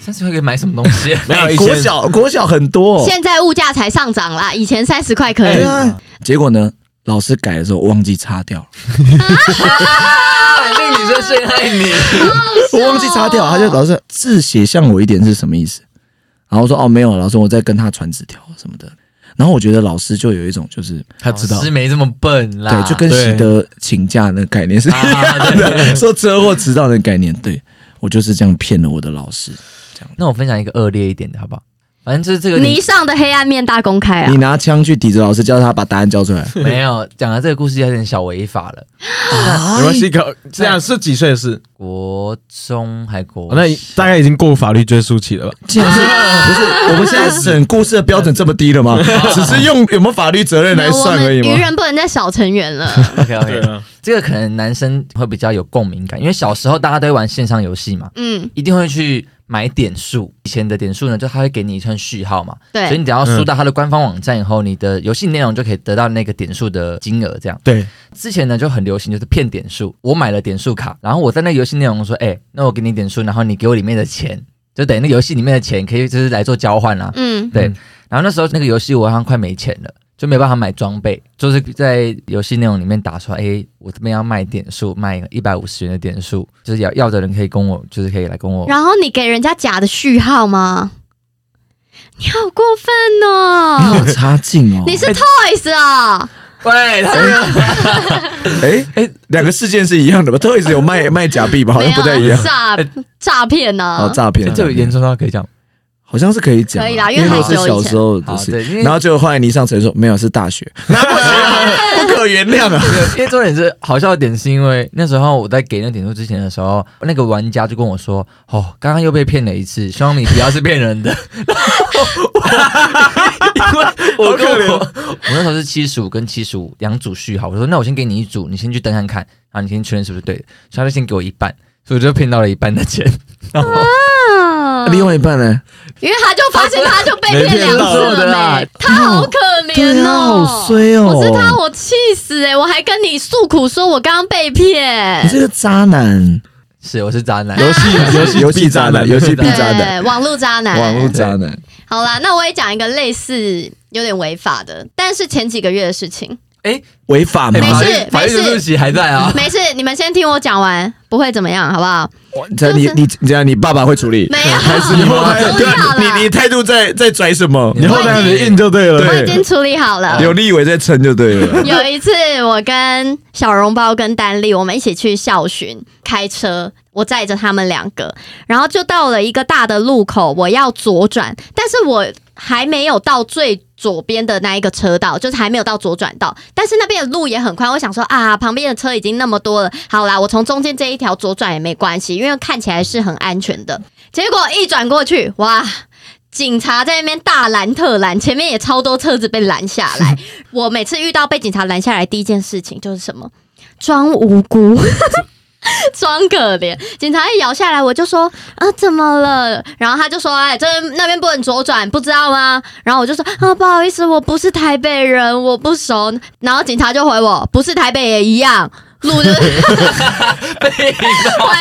D: 三十块可以买什么东西？
B: 没有
A: 哎
B: 以前
A: 国小国小很多、哦，
C: 现在物价才上涨啦，以前三十块可以
A: 对。啊。结果呢，老师改的时候我忘记擦掉了，
D: 那个女生陷害你，
A: 我忘记擦掉，他就老师字写像我一点是什么意思？然后我说哦没有，老师我在跟他传纸条什么的。然后我觉得老师就有一种哦就是
B: 他知道
D: 老师没这么笨啦。
A: 对，就跟
B: 对
A: 习德请假那个概念是一样 的，说车祸迟到那个概念。对我就是这样骗了我的老师。
D: 那我分享一个恶劣一点的好不好？反正就是这个
C: 泥上的黑暗面大公开啊
A: 你！拿枪去抵着老师，叫他把答案交出来。
D: 没有讲到这个故事有点小违法了。
B: 没关系，搞这样是几岁的事？
D: 国中还国、
B: 哦那 大概已经过法律追溯期了吧？
A: 竟然是不是？我们现在审故事的标准这么低了吗？ 只是用有没有法律责任来
C: 我
A: 算而
C: 们
A: 已
C: 愚
A: 吗？
C: 人不能再小成员了。
D: OK OK，
B: 啊，
D: 这个可能男生会比较有共鸣感，因为小时候大家都会玩线上游戏嘛，
C: 嗯，
D: 一定会去买点数。以前的点数呢，就他会给你一串序号嘛，所以
C: 对，
D: 你只要
B: 嗯
D: 输到他的官方网站以后，你的游戏内容就可以得到那个点数的金额。这样
B: 对，
D: 之前呢就很流行，就是骗点数。我买了点数卡，然后我在那个游戏内容说，哎、那我给你点数，然后你给我里面的钱，就等于那个游戏里面的钱可以就是来做交换啦、啊
C: 嗯，
D: 对
B: 嗯，
D: 然后那时候那个游戏我好像快没钱了，就没办法买装备，就是在游戏内容里面打出来，哎，我这边要卖点数，卖一百五十元的点数，就是要要的人可以跟我，就是可以来跟我。
C: 然后你给人家假的序号吗？你好过分哦！
A: 好差劲哦
C: 你是 Toys 啊、
D: 喂，他
A: 哎哎，两个事件是一样的吧？Toys 有卖卖假币吧？好
C: 没
A: 像
C: 有
A: 不太一样。
C: 啊
D: 哎
C: 诈诈骗啊
A: 哦，
C: 呢？
A: 诈骗，
D: 这有严重到可以讲，
A: 好像是可以讲啊，
C: 可以啦因
A: 因
C: 为
A: 为都是
C: 很久以
A: 小
C: 前
A: 时候的
D: 好对因为
A: 事。然后就后来倪尚成说没有是大学，不可原谅啊！
D: 因为重点是好笑的点是因为那时候我在给那点数之前的时候，那个玩家就跟我说，哦，刚刚又被骗了一次，希望你不要是骗人的。 我我跟我我那时候是七十五跟七十五两组序号，我说那我先给你一组，你先去登看看，然后你先确认是不是对的，所以他就先给我一半，所以我就骗到了一半的钱。 然后
C: 嗯，
A: 另外一半呢？
C: 因为他就发现他就被骗两次
D: 没骗到
C: 了
D: 啊
C: 没，他好可怜哦，
A: 啊好衰哦！
C: 我是他，我气死哎、我还跟你诉苦说我刚刚被骗
A: 你，这个渣男，
D: 是我是渣男，
B: 游戏游戏
A: 游戏渣男，游戏币
C: 对，
A: 渣男，
C: 网络渣男，
A: 网络渣男。
C: 好啦，那我也讲一个类似有点违法的，但是前几个月的事情，
D: 哎，
A: 违法吗
D: 哎？法
C: 没
D: 律
C: 事
D: 法律
C: 没事
D: 的起还在啊。
C: 没事，你们先听我讲完，不会怎么样，好不好？
A: 哇这你你你这样，你爸爸会处理？
C: 没 有，
A: 还是你后台
C: 我处理好 了
A: 你你态度在在拽什么？
B: 你后台很硬就对了。
C: 我已经处理好了。
A: 有立伟在撑就对 了。
C: 有一次，我跟小笼包跟丹丽，我们一起去校巡，开车，我载着他们两个，然后就到了一个大的路口，我要左转，但是我还没有到最左边的那一个车道，就是还没有到左转道，但是那边的路也很宽，我想说啊，旁边的车已经那么多了，好啦，我从中间这一条左转也没关系，因为看起来是很安全的。结果一转过去，哇！警察在那边大拦特拦，前面也超多车子被拦下来，我每次遇到被警察拦下来，第一件事情就是什么？装无辜。 装可怜，警察一摇下来，我就说啊，怎么了？然后他就说，哎，这那边不能左转，不知道吗？然后我就说啊，不好意思，我不是台北人，我不熟。然后警察就回我，不是台北也一样，路就是 完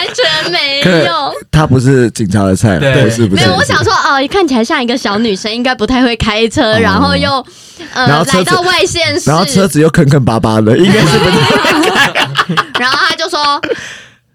C: 全没有。
A: 他不是警察的菜，
D: 对
A: 不是不
C: 没
A: 是。
C: 有，我想说，哦，看起来像一个小女生，应该不太会开车，然后又呃
A: 哦然后车
C: 来
A: 子
C: 到外县市，
A: 然后车子又坑坑巴巴 的，应该是不是？
C: 然后他就说，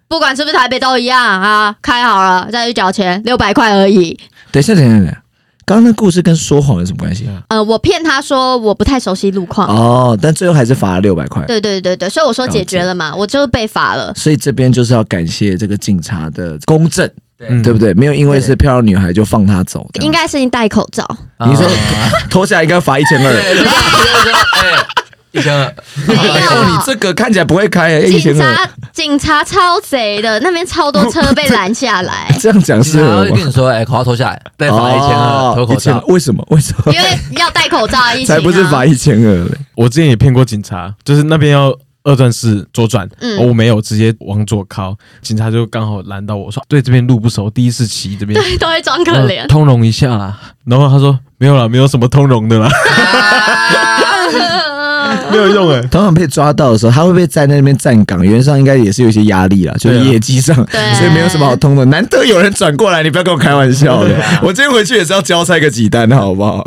C: 不管是不是台北都一样啊，开好了再去缴钱，六百块而已。
A: 等一下，等一下，等一下，刚刚那故事跟说谎有什么关系？
C: 呃，我骗他说我不太熟悉路况，
A: 哦，但最后还是罚了六百块。
C: 对对对对，所以我说
A: 了解
C: 解决了嘛，我就被罚了。
A: 所以这边就是要感谢这个警察的公正，
D: 对
A: 对不对？没有因为是漂亮女孩就放她走，这样
C: 应该是你戴口罩，
A: 你说
D: 啊
A: 脱下来应该罚一千
D: 对，
A: 二。
D: 对对对啊哎，一千二，
C: 没有
A: 哦，你这个看起来不会开，一千
C: 警
A: 二。
C: 察警察超贼的，那边超多车被拦下来
A: ，这样讲
D: 警
A: 是
D: 察
A: 合
D: 会
A: 吗哦
D: 跟？你说，哎，口罩脱下来，再罚一千二，脱口
A: 一千
D: 罩
A: 二。为什么？为什么？
C: 因为要戴口罩一起、啊。
A: 才不是罚一千二嘞！
B: 我之前也骗过警察，就是那边要二段式左转，
C: 嗯
B: 哦我没有直接往左靠，警察就刚好拦到我说，对这边路不熟，第一次骑 这边，
C: 对，都会装可
B: 呃
C: 怜。
B: 通融一下啦。 然后他说没有啦，没有什么通融的啦，没有用哎、
A: 通常被抓到的时候，他会不会在那边站岗？原则上应该也是有一些压力啦，
B: 啊
A: 就是业绩上，
C: 对
A: 所以没有什么好通的。难得有人转过来，你不要跟我开玩笑 的。我今天回去也是要交差个几单，好不好？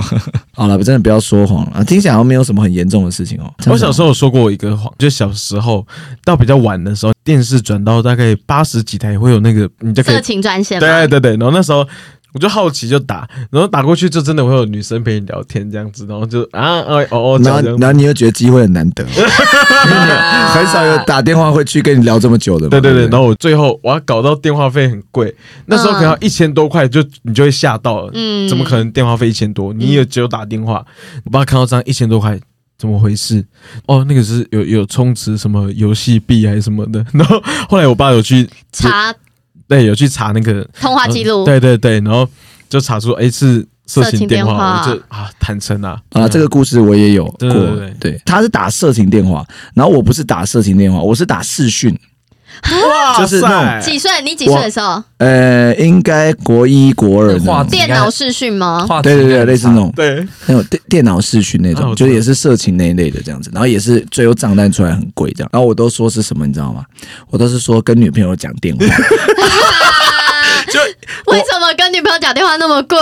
A: 好了，真的不要说谎了。听起来好像没有什么很严重的事情哦。
B: 我小时候有说过一个谎，就小时候到比较晚的时候，电视转到大概八十几台会有那个，你就可 以
C: 色情专线嘛，
B: 对对对，然后那时候我就好奇就打，然后打过去就真的会有女生陪你聊天这样子，然后就啊哦哦哦这
A: 然
B: 样
A: 后
B: 这样
A: 然后你又觉得机会很 难得，很少有打电话会去跟你聊这么久的嘛。
B: 对对对，
A: 不
B: 然后我最后我要搞到电话费很贵，那时候可能要
A: 嗯
B: 一千多块，就你就会吓到了。
C: 嗯
B: 怎么可能电话费一千多？你也只有打电话，我爸看到这样一千多块。怎么回事？哦，那个是有有充值什么游戏币还是什么的， 然后后来我爸有去
C: 查
B: 对有去查那个
C: 通话记录？
B: 呃对对对，然后就查出哎是色
C: 色情
B: 情电
C: 电话
B: 话，我就啊坦诚啊
A: 啊，这个故事我也有
B: 对
A: 过
B: 对对，
A: 对，他是打色情电话，然后我不是打色情电话，我是打视讯，
B: 哇
A: 就是那
B: 塞
C: 几岁？你几岁的时候？
A: 呃，应该国一国二那
D: 话
A: 种，
D: 题
C: 电脑视讯吗？
B: 啊
D: 话题
A: 对对对，类似那种
B: 对，
A: 那种电电脑视讯那
B: 啊
A: 种，
B: 我
A: 就
B: 知道
A: 是也是色情那一类的这样子，然后也是最后账单出来很贵这样，然后我都说是什么，你知道吗？我都是说跟女朋友讲电 话，就
C: 为什么跟女朋友讲电话那么贵？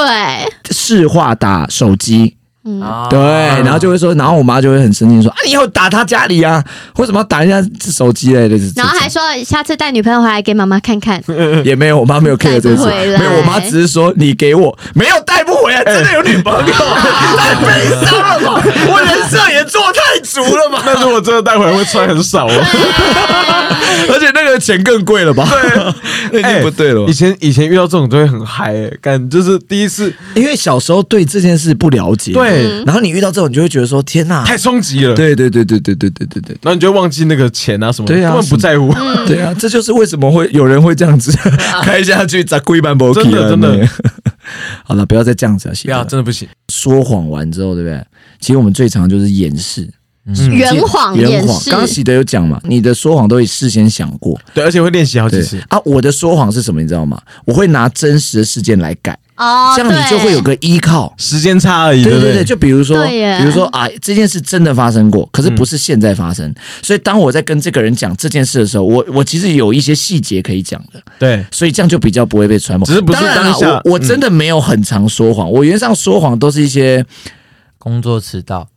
A: 市话打手机，
C: 嗯，
D: 啊
A: 对，然后就会说，然后我妈就会很生气说：“啊，你以后打他家里啊，为什么要打人家手机嘞？”类似这
C: 然
A: 种，
C: 后还说下次带女朋友回来给妈妈看 看。
A: 也没有，我妈没有 care 这
C: 带
A: 个事，
C: 不回来
A: 没有，我妈只是说你给我，没有带不回来，真的有女朋 友，太悲伤了吧？我人设也做太足了吧？
B: 但是我真的带回来会穿很少哦。
A: 而且那个钱更贵了吧？对， 那已
B: 哎
A: 经不对了吧
B: 以。前以前遇到这种都会很嗨、欸，感就是第一次
A: 因为小时候对这件事不了解，
C: 嗯
B: 对、
A: 然后你遇到这种，你就会觉得说：天哪！嗯
B: 太冲击了，，
A: 对对对对对对对对对。
B: 然后你就会忘记那个钱啊什么的，
A: 对啊
B: 根本不在
C: 嗯
B: 乎，
A: 对啊，这就是为什么会有人会这样子 开下去，砸龟板不
B: 真的真的。
A: 好了，不要再这样子了，啊
B: 不
A: 不
B: 要真的不行，
A: 说谎完之后，对不对？其实我们最常就是掩饰，
C: 圆谎
A: 圆
C: 掩
A: 谎。
C: 饰
A: 刚，刚喜德有讲嘛，你的说谎都已事先想过，
B: 对，而且会练习好
A: 对
B: 几次，
A: 啊。我的说谎是什么，你知道吗？我会拿真实的事件来改，
C: 哦，
A: 这样你就会有
C: 对
A: 个依靠。
B: 时间差而已，
A: 对
B: 不
A: 对对，就比如说，
C: 对耶
A: 比如说啊，这件事真的发生过，可是不是现在发生。所以当我在跟这个人讲这件事的时候，我我其实有一些细节可以讲的，
B: 对
A: 所以这样就比较不会被传播。
B: 只是不是
A: 当嗯然啦
B: 当下
A: 我我真的没有很常说谎，我原上说谎都是一些
D: 工作 迟到，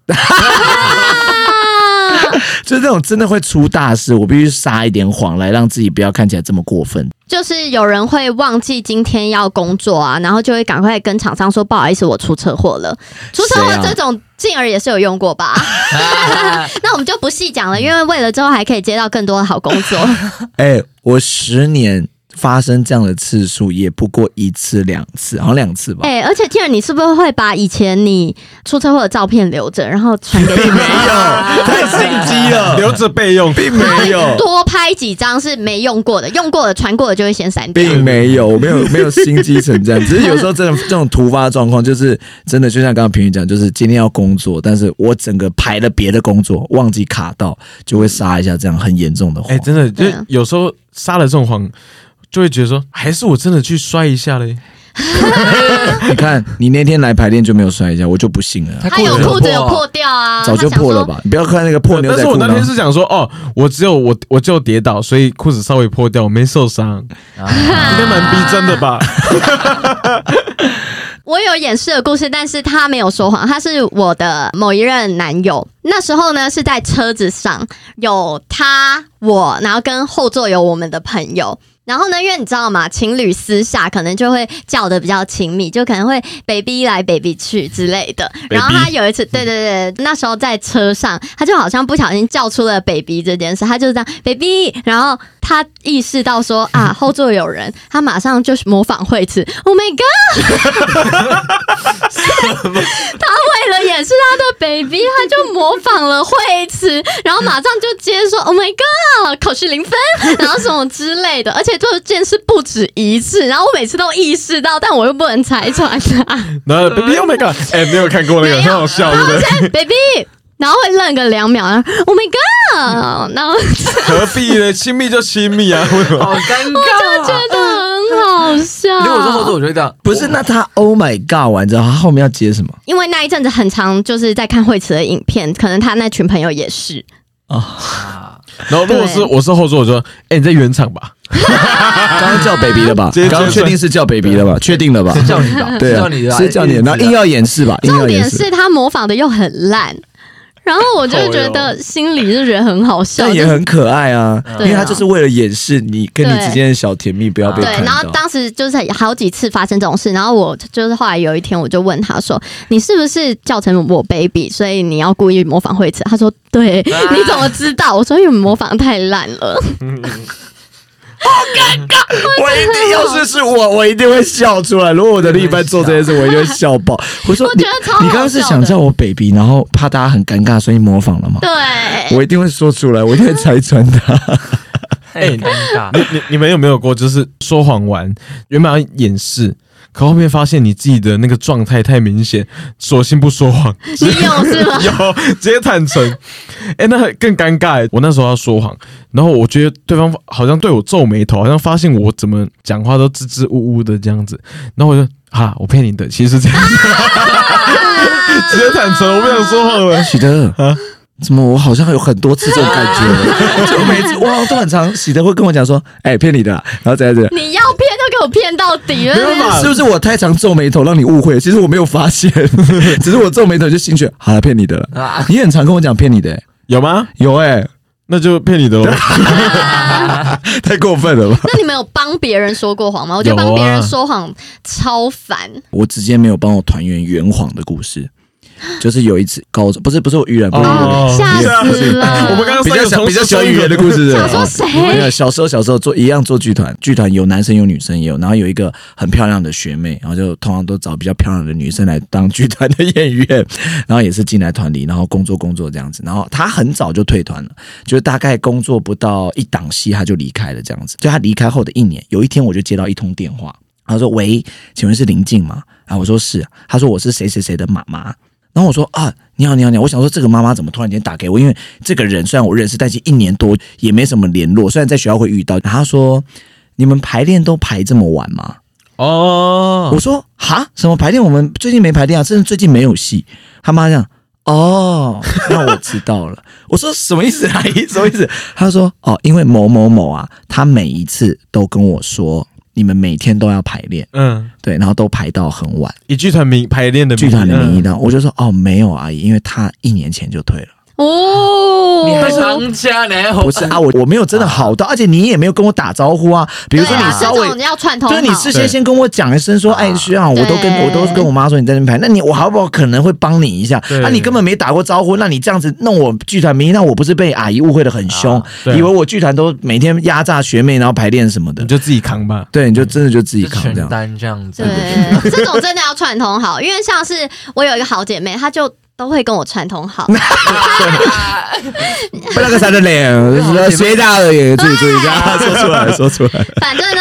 A: 就是那种真的会出大事，我必须撒一点谎来让自己不要看起来这么过分。
C: 就是有人会忘记今天要工作啊，然后就会赶快跟厂商说不好意思，我出车祸了。出车祸
A: 谁啊
C: 这种进而也是有用 过吧？那我们就不细讲了，因为为了之后还可以接到更多的好工 作。
A: 哎、我十年发生这样的次数也不过一次两次，好像两次吧。
C: 哎、而且 Tina，你是不是会把以前你出车祸的照片留着，然后传给 你？
A: 没有，太心机了，
B: 留着备用，并
A: 哎
B: 没有
C: 多拍几张是没用过的，用过的、传过的就会先删掉。
A: 并没 有，我没有没有心机成这样，只是有时候真的这种突发状况，就是真的就像刚刚平宇讲，就是今天要工作，但是我整个排了别的工作，忘记卡到，就会撒一下这样很严重的谎。
B: 哎、真的，就
C: 对啊
B: 有时候撒了这种谎，就会觉得说，还是我真的去摔一下嘞，
A: 你看你那天来排练就没有摔一下，我就不信 了，
C: 他有裤子有
D: 破
C: 破掉啊，
A: 早就
C: 他想
A: 破了
C: 说？
A: 吧？你不要看那个破牛
B: 但
A: 仔
B: 是
A: 裤
B: 我那
A: 呢
B: 天。是想说，哦，我只有我我就跌倒，所以裤子稍微破掉，我没受伤，
D: 啊
B: 应该蛮逼真的 吧？
C: 我有掩饰的故事，但是他没有说谎，他是我的某一任男友。那时候呢是在车子上，有他我，然后跟后座有我们的朋友。然后呢，因为你知道嘛，情侣私下可能就会叫的比较亲密，就可能会 baby 来 baby 去之类的。然后他有一次，对对对，那时候在车上，他就好像不小心叫出了 baby 这件事，他就是这样 baby，然后他意识到说啊后座有人，他马上就是模仿惠子，Oh my god！为了掩饰他的 baby，他就模仿了惠慈，然后马上就接说 “Oh my god”，考试零分，然后什么之类的，而且这件事不止一次，然后我每次都意识到，但我又不能拆穿他，
B: 然后 baby oh my god，哎、没有看过那个，
C: 没有
B: 很好笑， 对 不对？
C: baby。然后会愣个两秒，然后 Oh my God，然后就
B: 何必呢？亲密就亲密啊，为什么？
D: 好尴
C: 觉
D: 尬啊。
C: 得很好 笑。
D: 如果是后座，我就会这样，
A: 不是，那他 Oh my God 完之后，他后面要接 什么？
C: 因为那一阵子很长，就是在看惠慈的影片，可能他那群朋友也是。
D: 啊
B: 然后如果是
C: 对
B: 我是后座，我就说，哎、你在原厂吧？
A: 刚刚叫 baby 了吧？
B: 直接啊
A: 刚
B: 就
A: 刚确定是叫 baby 了吧？确定了吧？
D: 是叫你的，
A: 对
D: 是
A: 啊
D: 叫你的，
A: 是叫你的，然后硬要掩饰吧，硬
C: 重
A: 要掩
C: 点
A: 饰。
C: 是他模仿的又很烂，然后我就觉
B: 好
C: 得心里就觉得很好笑，
A: 但也
C: 就是
A: 很可爱啊，因
C: 对啊
A: 为他就是为了掩饰你跟你之间的小甜蜜不要被
C: 对，
A: 看
C: 然后
A: 到。
C: 当时就是好几次发生这种事，然后我就是后来有一天我就问他说：“你是不是叫成我 baby，所以你要故意模仿惠子？”他说：“ 对，
D: 啊
C: 你怎么知道？”我说：“因为模仿太烂了。
A: 我一定要是是我，我一定会笑出来。如果我的另一半做这件事，我一定会笑爆。 我说
C: 我
A: 你
C: 觉得超好
A: 你刚刚是
C: 笑
A: 想
C: 的
A: 叫我 baby，然后怕大家很尴尬，所以模仿了吗”？
C: 对，
A: 我一定会说出来，我一定会拆穿 他。哎
D: 太哎尴尬。
B: 你你你们有没有过，就是说谎完，原本要掩饰，可后面发现你自己的那个状态太明显，索性不说谎，
C: 你有是吗？
B: 有直接坦诚。哎、那更尴尬欸。我那时候要说谎，然后我觉得对方好像对我皱眉头，好像发现我怎么讲话都支支吾吾的这样子，然后我就哈，我骗你的，其实 是这样。直接坦诚，我不想说谎了。
A: 喜德，怎么我好像有很多次这种感 觉？就每次哇都很常，喜德会跟我讲说：“哎、骗你的啦、然后怎样怎样。
C: 你要骗就给我骗到底了
A: 没。办法，是不是我太常皱眉头让你误会？其实我没有发 现，只是我皱眉头就心血，好了，骗你的了。
D: 啊
A: 你很常跟我讲骗你的、欸
B: 有吗？
A: 有哎、
B: 那就骗你的 哦喽。
A: 太过分了吧？
C: 那你们有帮别人说过谎吗？我觉得
B: 有啊
C: 帮别人说谎超烦。
A: 我直接没有帮我团圆圆谎的故事，就是有一次高中，不是不是我愚人，不是我愚人
B: 哦
C: 哦，吓
B: 不
C: 死
B: 是
C: 了！
B: 我们刚刚
A: 比较小比较小语言的故事是吧，
C: 想说谁
A: 没有小时候小时候做一样做剧团，剧团有男生有女生也有，然后有一个很漂亮的学妹，然后就通常都找比较漂亮的女生来当剧团的演员，然后也是进来团里，然后工作工作这样子，然后她很早就退团了，就是大概工作不到一档戏她就离开了这样子，就她离开后的一年，有一天我就接到一通电话，她说喂，请问是林静吗？啊，我说是，她说我是谁谁谁的妈妈。然后我说啊，你好，你好，你好！我想说这个妈妈怎么突然间打给我？因为这个人虽然我认识，但是一年多也没什么联络。虽然在学校会遇到，然后他说你们排练都排这么晚吗？
B: 哦
A: 我，说哈，什么排练？我们最近没排练啊，甚至最近没有戏。他妈这样，哦， 那我知道了。我说什么意思阿姨？什 么意思？他说哦，因为某某某啊，他每一次都跟我说你们每天都要排练，
B: 嗯，
A: 对，然后都排到很晚。
B: 以剧团名排练的名
A: 剧团的名义
B: 嗯
A: 呢，我就说哦，没有阿姨，因为他一年前就退了。
C: 哦，
D: 你还商家呢？
A: 不是啊，我我没有真的好到，而且你也没有跟我打招呼啊。比如
C: 对
A: 说
C: 啊，
A: 你稍微
C: 这。种要串通
A: 就
C: 好，
A: 是你事先先跟我讲一声说，哎，徐啊，我都跟
C: 对
A: 我都跟我妈说你在那边排，那你我好不好可能会帮你一下？
B: 对
A: 啊，你根本没打过招呼，那你这样子弄我剧团名义，那我不是被阿姨误会的很凶
D: 啊，
B: 对啊
A: 以为我剧团都每天压榨学妹，然后排练什么的
B: 你，就自己扛吧。
A: 对，你就真的就自己
D: 就
A: 扛这
D: 全
A: 样。
D: 单这样 子，
C: 对，这种真的要串通好，因为像是我有一个好姐妹，她就都会跟我串通好。
A: 不那个啥的脸，谁大了也注意注意一下，说出来说出来。
C: 反正呢，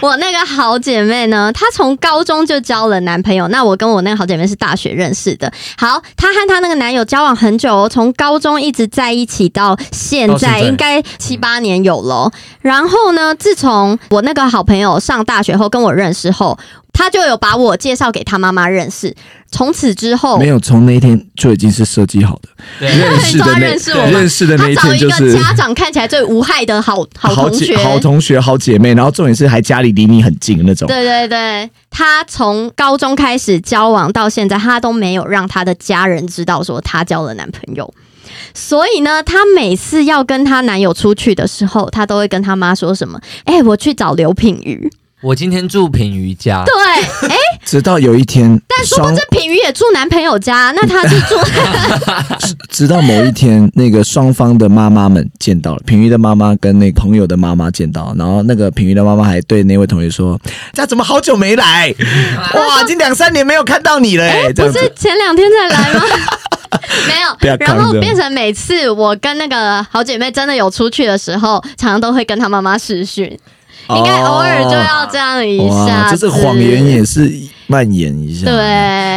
C: 我那个好姐妹呢，她从高中就交了男朋友。那我跟我那个好姐妹是大学认识的。好，她和她那个男友交往很久哦，从高中一直在一起到现
B: 到现
C: 在，
B: 在
C: 应该七八年有喽。然后呢，自从我那个好朋友上大学后跟我认识后，她就有把我介绍给她妈妈认识。从此之后，
A: 没有，从那天就已经是设计好的。
D: 对，
A: 认识的
C: 你知道
A: 那
C: 认识我吗
A: 认识的那
C: 他
A: 一
C: 找
A: 天
C: 一
A: 就
C: 个
A: 是
C: 家长看起来最无害的好好
A: 好
C: 同
A: 姐、
C: 学，
A: 好同学、好姐妹，然后重点是还家里离你很近的那种。
C: 对对对，他从高中开始交往到现在，他都没有让他的家人知道说他交了男朋友。所以呢，她每次要跟她男友出去的时候，她都会跟她妈说什么：“哎、我去找刘品瑜。
D: 我今天住品瑜家”，
C: 对，哎、
A: 直到有一天，双
C: 这品瑜也住男朋友家，那她是住……
A: 直到某一天，那个双方的妈妈们见到了，品瑜的妈妈跟那个朋友的妈妈见到，然后那个品瑜的妈妈还对那位同学说：“他怎么好久没 来？哇，已经两三年没有看到你了、哎、这
C: 不
A: 样
C: 是
A: 子。
C: 前两天才 来吗？没
A: 不要
C: 有，
A: 扛
C: 然后
A: 着
C: 变成每次我跟那个好姐妹真的有出去的时候，常常都会跟她妈妈视讯，应该偶尔就要这样一
A: 哦哇，
C: 下
A: 就
C: 子，
A: 是谎言也是蔓延一下。
C: 对。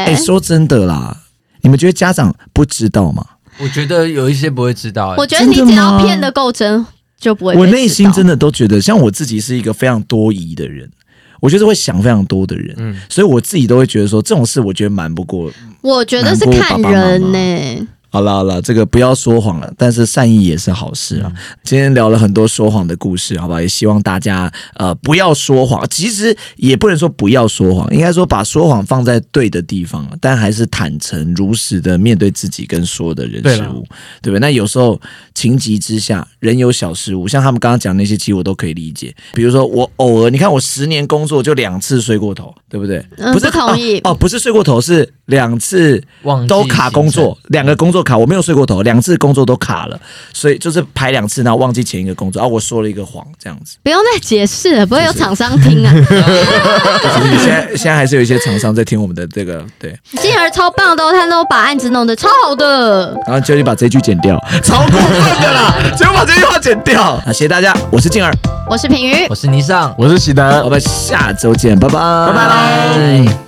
A: 哎、说真的啦，你们觉得家长不知道吗？
D: 我觉得有一些不会知道，哎
C: 我觉得你
A: 真的
C: 只要
A: 吗
C: 骗得够真，就不会被
A: 我内心真
C: 知道
A: 的都觉得，像我自己是一个非常多疑的人，我就是会想非常多的人，
B: 嗯
A: 所以我自己都会觉得说这种事，我觉得瞒不过
C: 我觉得是看
A: 瞒
C: 人
A: 过爸爸妈
C: 呢、
A: 妈啊、好了好了，这个不要说谎了，但是善意也是好事啊。
B: 嗯
A: 今天聊了很多说谎的故事，好吧？也希望大家呃不要说谎，其实也不能说不要说谎，应该说把说谎放在对的地方，但还是坦诚如实的面对自己跟说的人
B: 对
A: 事
B: 啦
A: 物，对不对？那有时候情急之下，人有小失误，像他们刚刚讲那些，其实我都可以理解。比如说我偶尔，你看我十年工作就两次睡过头，对不对？
C: 嗯
A: 不是
C: 不同意
A: 哦哦，不是睡过头，是两次
D: 忘记
A: 都卡工
D: 行
A: 作
D: 程，
A: 两个工作卡，我没有睡过头，两次工作都卡了，所以就是排两次，然后忘记前一个工作，啊，我说了一个谎，这样子。
C: 不用再解释了，不会有厂商听啊。
A: 就是现在现在还是有一些厂商在听我们的这个，对，
C: 金儿超棒的哦，他都把案子弄得超好的。
A: 然后就你把这句剪掉，超过分的啦，就把这句话剪掉。啊，谢谢大家，我是静儿，
C: 我是平鱼，
D: 我是霓裳，
B: 我是喜丹
A: 我，们下周见，拜拜，拜
D: 拜拜。